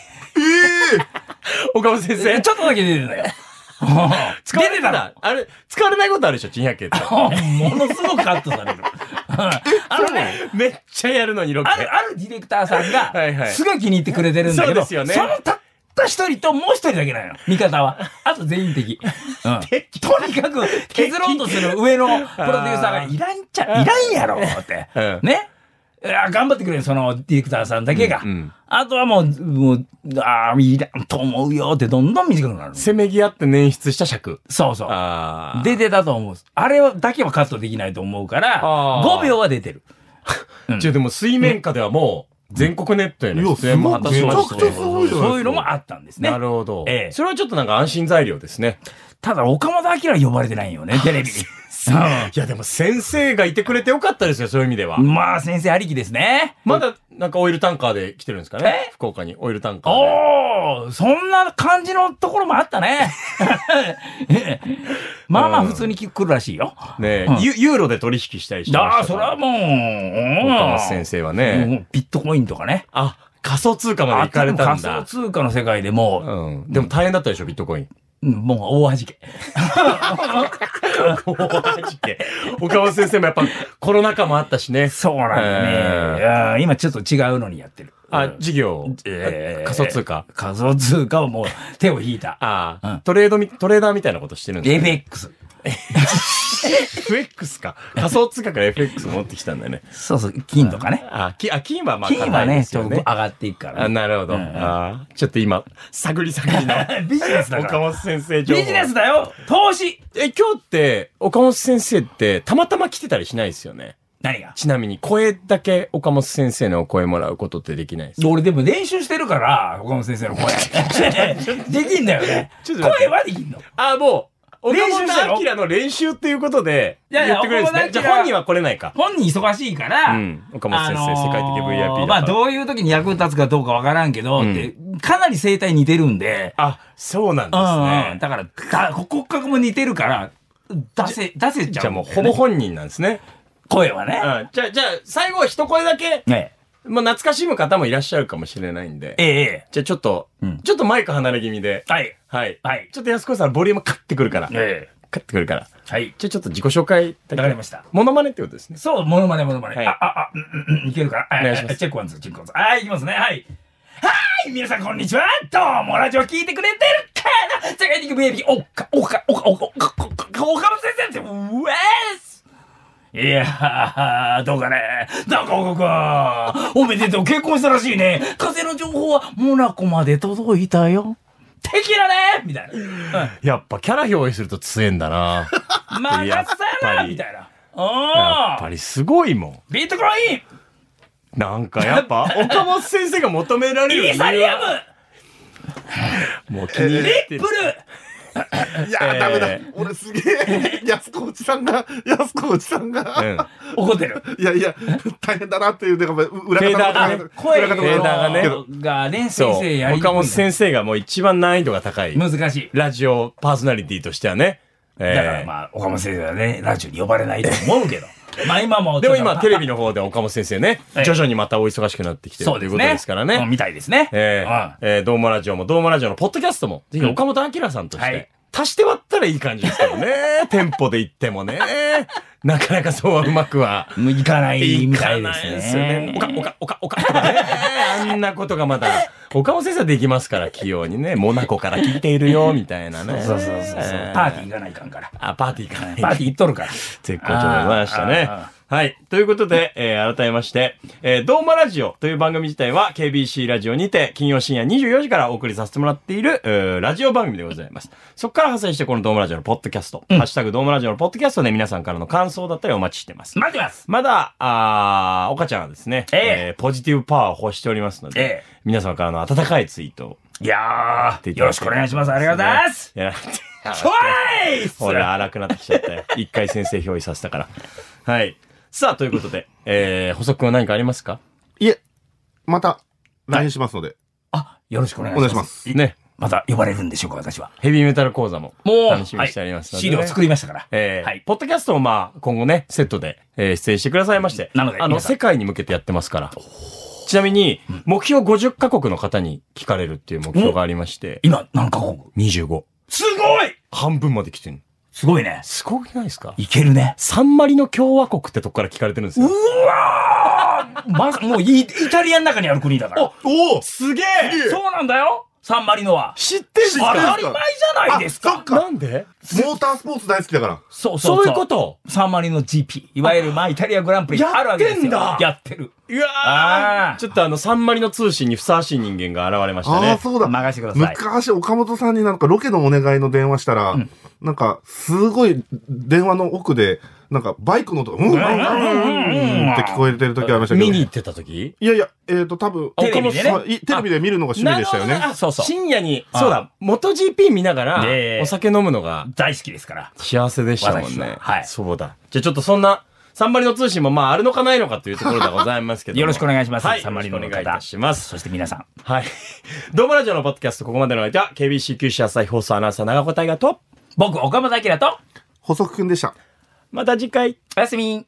Speaker 2: 岡本先生。
Speaker 3: ちょっとだけ出て たよ。
Speaker 2: 使わ
Speaker 3: 出て
Speaker 2: れた
Speaker 3: たの
Speaker 2: ら、あれ、使われないことあるでしょ、珍百景って。
Speaker 3: ものすごくカットされる。あのね、
Speaker 2: めっちゃやるのにロケ。
Speaker 3: ある、あるディレクターさんが
Speaker 2: はいはい、
Speaker 3: すごい気に入ってくれてるんだけ
Speaker 2: そう
Speaker 3: ど、
Speaker 2: ですよね
Speaker 3: のたった一人ともう一人だけなの。 味方は。あと全員敵。うん、とにかく削ろうとする上のプロデューサーがいらんちゃ、いらんやろって。
Speaker 2: うん
Speaker 3: ね。いや頑張ってくれる、そのディレクターさんだけが。
Speaker 2: うんうん
Speaker 3: あとはもう、もう、ああ、いらんと思うよってどんどん短くなる。
Speaker 2: せめぎ合って捻出した尺。
Speaker 3: そうそう。
Speaker 2: あ
Speaker 3: 出てたと思う。あれはだけはカットできないと思うから、
Speaker 2: あー
Speaker 3: 5秒は出てる。
Speaker 2: あ。じゃあでも水面下ではもう、全国ネットへ
Speaker 4: い
Speaker 2: の
Speaker 4: や
Speaker 2: 出演も果たしました
Speaker 4: めちゃくちゃすごいじゃないですか
Speaker 3: そういうのもあったんですね。
Speaker 2: なるほど。
Speaker 3: ええ
Speaker 2: それはちょっとなんか安心材料ですね。
Speaker 3: ただ、岡本明呼ばれてないよね、テレビに。う
Speaker 2: いやでも先生がいてくれてよかったですよ、そういう意味では。
Speaker 3: んまあ、先生ありきですね。
Speaker 2: まだなんかオイルタンカーで来てるんですかね
Speaker 3: え
Speaker 2: 福岡にオイルタンカーで。
Speaker 3: おー、そんな感じのところもあった ね。まあまあ、普通に来るらしいよ。
Speaker 2: ねえ
Speaker 3: うん
Speaker 2: ユユーロで取引したりしてま
Speaker 3: ああ、
Speaker 2: した
Speaker 3: そ
Speaker 2: か
Speaker 3: れ
Speaker 2: ら。
Speaker 3: はもう、
Speaker 2: 岡本先生はね。
Speaker 3: もうビットコインとかね。
Speaker 2: あ、仮想通貨まで行かれた
Speaker 3: あ
Speaker 2: んだ。
Speaker 3: 仮想通貨の世界でも
Speaker 2: うん。でも大変だったでしょ、ビッ トコイン。
Speaker 3: う、うんもう大恥じけ。
Speaker 2: マジで。岡本先生もやっぱコロナ禍もあったしね。
Speaker 3: そうなんだねい
Speaker 2: えー
Speaker 3: やー。今ちょっと違うのにやってる。う
Speaker 2: あ、
Speaker 3: ん
Speaker 2: 事業。
Speaker 3: えー
Speaker 2: 仮想通貨。
Speaker 3: 仮想通貨はもう手を引いた。
Speaker 2: ああ、
Speaker 3: うん
Speaker 2: トレードみ、トレーダーみたいなことしてるんですね。
Speaker 3: FX。
Speaker 2: FX か。仮想通貨から FX 持ってきたんだよね。
Speaker 3: そうそう、金とかね。
Speaker 2: あ、きあ金はまあ、
Speaker 3: 金は
Speaker 2: 硬いで
Speaker 3: ね、
Speaker 2: す
Speaker 3: ちょ
Speaker 2: よ
Speaker 3: っと上がっていくか
Speaker 2: あ
Speaker 3: らね。
Speaker 2: なるほど。
Speaker 3: うん
Speaker 2: あーちょっと今、探り探りの
Speaker 3: ビジネスだか
Speaker 2: 岡
Speaker 3: ら。
Speaker 2: 本先生情報。
Speaker 3: ビジネスだよ投資
Speaker 2: え、今日って、岡本先生って、たまたま来てたりしないですよね。
Speaker 3: 何が
Speaker 2: ちなみに、声だけ岡本先生のお声もらうことってできないです。
Speaker 3: 俺でも練習してるから、岡本先生の声。できんだよね。
Speaker 2: ちょっと待って
Speaker 3: 声はできんの。
Speaker 2: あー、もう、岡
Speaker 3: 練習したの
Speaker 2: 本明の練習っていうことで、
Speaker 3: いやいや
Speaker 2: 言ってくれるんですね。
Speaker 3: 岡
Speaker 2: じ
Speaker 3: 本
Speaker 2: ゃ
Speaker 3: 明
Speaker 2: あ本人は来れないか。
Speaker 3: 本人忙しいから、
Speaker 2: うん岡本先生世界的 VIP だから
Speaker 3: まあどういう時に役立つかどうかわからんけど、ってかなり生態似てるんで、
Speaker 2: あ、そうなんです
Speaker 3: うんうん
Speaker 2: ね。
Speaker 3: だから、だ骨格も似てるから、出せ、出せちゃう。
Speaker 2: じゃあもうほぼ本人なんですね。
Speaker 3: 声はね。
Speaker 2: うんじゃあ、じゃあ、最後一声だけ、
Speaker 3: ね
Speaker 2: まあ、懐かしむ方もいらっしゃるかもしれないんで。
Speaker 3: ええ、え
Speaker 2: じゃあちょっと、
Speaker 3: うん
Speaker 2: ちょっとマイク離れ気味で。
Speaker 3: え。はい。
Speaker 2: はい。
Speaker 3: はい
Speaker 2: ちょっと安子さん、ボリュームカッてくるから。
Speaker 3: ええ。
Speaker 2: カッてくるから。
Speaker 3: はい。
Speaker 2: じゃあちょっと自己紹介だけ
Speaker 3: わかりました。
Speaker 2: モノマネってことですね。
Speaker 3: そう、モノマネ、モノマネ。
Speaker 2: はい
Speaker 3: あ、あ、あ、うん、うん、いけるかな。
Speaker 2: お願いします
Speaker 3: ああチェックワンツー、チェックワンツー。はい、いきますね。はい。はーい、皆さん、こんにちは。どうも、ラジオ聞いてくれてるかな世界的 VAP、おっか、おっか、おっか、おっか、おっか、おっか、おっかの先生です。うえーすいやー、どうかね。どうか、おか、おめでとう、結婚したらしいね。風の情報は、モナコまで届いたよ。敵だねみたいな。うん
Speaker 2: やっぱキャラ表現すると強えんだな。
Speaker 3: 任
Speaker 2: やっ
Speaker 3: せ
Speaker 2: ぱ
Speaker 3: ろ
Speaker 2: り
Speaker 3: みたいな。
Speaker 2: やっ
Speaker 3: お
Speaker 2: ぱ
Speaker 3: ー
Speaker 2: りすごいもん。
Speaker 3: ビートコイン
Speaker 2: なんかや っぱ、岡本先生が求められる
Speaker 3: イー
Speaker 2: 理由は
Speaker 3: サリアム
Speaker 2: もう気に入って
Speaker 3: リッ
Speaker 2: る
Speaker 3: プ。ル
Speaker 4: いやー、
Speaker 2: えー
Speaker 4: ダメだ。俺すげえ、安子おじさんが、安子おじさん
Speaker 2: う
Speaker 4: が、
Speaker 2: ん。
Speaker 3: 怒ってる。
Speaker 4: いやいや、大変だなっていう、なんか裏
Speaker 2: フェーダーが
Speaker 4: 方
Speaker 2: ね
Speaker 4: の
Speaker 3: 声
Speaker 4: 裏
Speaker 3: の
Speaker 4: 方
Speaker 2: フェーダーがね
Speaker 4: けど
Speaker 3: がね、
Speaker 2: そ
Speaker 3: 先生や
Speaker 2: う。
Speaker 3: りにくい
Speaker 2: 岡本先生がもう一番難易度が高い。
Speaker 3: 難しい。
Speaker 2: ラジオパーソナリティとしてはね。え
Speaker 3: だ
Speaker 2: ー
Speaker 3: からまあ、岡本先生はね、ラジオに呼ばれないと思うけど。まあ今も。
Speaker 2: でも今、テレビの方で岡本先生ね
Speaker 3: ええ、
Speaker 2: 徐々にまたお忙しくなってきてる
Speaker 3: そう
Speaker 2: と
Speaker 3: で
Speaker 2: いう
Speaker 3: す
Speaker 2: こと
Speaker 3: ね。
Speaker 2: ですからね。
Speaker 3: うんみたいですね。
Speaker 2: えーえー、どうもラジオも、どうもラジオのポッドキャストも、ぜひ岡本明さんとし
Speaker 3: はい
Speaker 2: て、足して割ったらいい感じですけどね。 テンポで言ってもね。なかなかそうはうまくは。
Speaker 3: うん。もう行か ない
Speaker 2: い
Speaker 3: みた
Speaker 2: か
Speaker 3: いで
Speaker 2: ないですすよね
Speaker 3: ね。。
Speaker 2: おか、おか、おか、おかとかね。あんなことがまだ、岡本先生はできますから、器用にね。モナコから聞いているよ、みたいなね。
Speaker 3: そうそうそうそう。パー
Speaker 2: え
Speaker 3: ティー行かないかんから。
Speaker 2: あ、パーティーかない。
Speaker 3: パーティー行っとるから。
Speaker 2: 絶好調でございましたね
Speaker 3: あーあ。
Speaker 2: はい。ということで、えー改めまして、えー、ドーマラジオという番組自体は KBC ラジオにて金曜深夜24時からお送りさせてもらっている、えーラジオ番組でございます。そこから派生してこのドーマラジオのポッドキャスト、ハッシュタグドーマラジオのポッドキャストで皆さんからの感想だったりお待ちしてます。
Speaker 3: 待ってます。
Speaker 2: まだ、あー岡ちゃんはですね、
Speaker 3: ええ
Speaker 2: ーポジティブパワーを欲しておりますの
Speaker 3: え
Speaker 2: で、
Speaker 3: え
Speaker 2: 皆様からの温かいツイート
Speaker 3: いやー、よろしくお願いします。ありがとうございます。
Speaker 2: をやら
Speaker 3: チョイス
Speaker 2: ほら、荒くなってきちゃったよ。一回先生憑依させたから。はい。さあ、ということで、えー、補足は何かありますか
Speaker 4: いえ、また、LINE しますので、
Speaker 3: あ、よろしくお願い
Speaker 4: お
Speaker 3: し
Speaker 4: 願
Speaker 3: ま
Speaker 4: いし
Speaker 3: す。
Speaker 4: ます。
Speaker 2: ね。
Speaker 3: また呼ばれるんでしょうか、私は。
Speaker 2: ヘビーメタル講座も
Speaker 3: もう、
Speaker 2: 楽しみにしてあります
Speaker 3: は
Speaker 2: の
Speaker 3: い
Speaker 2: で、
Speaker 3: 資料作りましたから。
Speaker 2: えー
Speaker 3: はい。
Speaker 2: ポッドキャストもまあ、今後ね、セットで、えー出演してくださいまして。
Speaker 3: なので
Speaker 2: あの、
Speaker 3: 皆さん
Speaker 2: 世界に向けてやってますから。ちなみに、目標50カ国の方に聞かれるっていう目標がありまして、
Speaker 3: 今、何カ国
Speaker 2: 25。
Speaker 3: すごい
Speaker 2: 半分まで来てる。
Speaker 3: すごいね。
Speaker 2: すごくないですか
Speaker 3: いけるね。
Speaker 2: サンマリの共和国ってとこから聞かれてるんですよ。
Speaker 3: うわーまさ、もうイイタリアの中にある国だから。
Speaker 4: おお
Speaker 2: すげえ
Speaker 3: そうなんだよサンマリノは。
Speaker 2: 知ってんす
Speaker 3: 当
Speaker 4: 知って
Speaker 2: か
Speaker 4: る
Speaker 3: たり前じゃないです
Speaker 4: あそ
Speaker 3: か
Speaker 4: っか
Speaker 2: なんで
Speaker 4: モータースポーツ大好きだから。
Speaker 3: そう
Speaker 2: そういうこと
Speaker 3: サンマリノ GP。いわゆる、まあ、イタリアグランプリあるわけですよ。
Speaker 2: やってんだ
Speaker 3: やってる。
Speaker 2: うわ
Speaker 3: あー
Speaker 2: ちょっとあの、三割の通信にふさわしい人間が現れました
Speaker 4: ああ、
Speaker 2: ね。
Speaker 4: そうだ。
Speaker 3: 任せてください。
Speaker 4: 昔、岡本さんになんかロケのお願いの電話したら、
Speaker 3: うん
Speaker 4: なんか、すごい電話の奥で、なんかバイクの音が、うん、うん、うん、うんって聞こえてる時ありましたけど。
Speaker 2: 見に行ってた時
Speaker 4: いやいや、えっ、と、多分、
Speaker 3: テレビでね
Speaker 4: 岡本さんいテレビで見るのが趣味でしたよ
Speaker 2: なるほど
Speaker 4: ね。
Speaker 2: あ
Speaker 3: そうそう
Speaker 2: 深夜に、
Speaker 3: あ
Speaker 2: そうだ、元 GP 見ながら
Speaker 3: ねえ、
Speaker 2: お酒飲むのが
Speaker 3: 大好きですから。
Speaker 2: 幸せでしたもん
Speaker 3: 私は
Speaker 2: ね。
Speaker 3: はい
Speaker 2: そうだ。じゃあちょっとそんな、三割の通信もまああるのかないのかというところでございますけども。
Speaker 3: よろしくお願いします
Speaker 2: はい。
Speaker 3: サンマリノの
Speaker 2: よ
Speaker 3: 方
Speaker 2: ろしくお願いいたします。
Speaker 3: そして皆さん。
Speaker 2: はい。ドームラジオのポッドキャスト、ここまでの相手は、KBC 九州朝日放送アナウンサー長子大河と、
Speaker 3: 僕、岡本明と、
Speaker 4: 補足くんでした。
Speaker 2: また次回。
Speaker 3: おやすみ。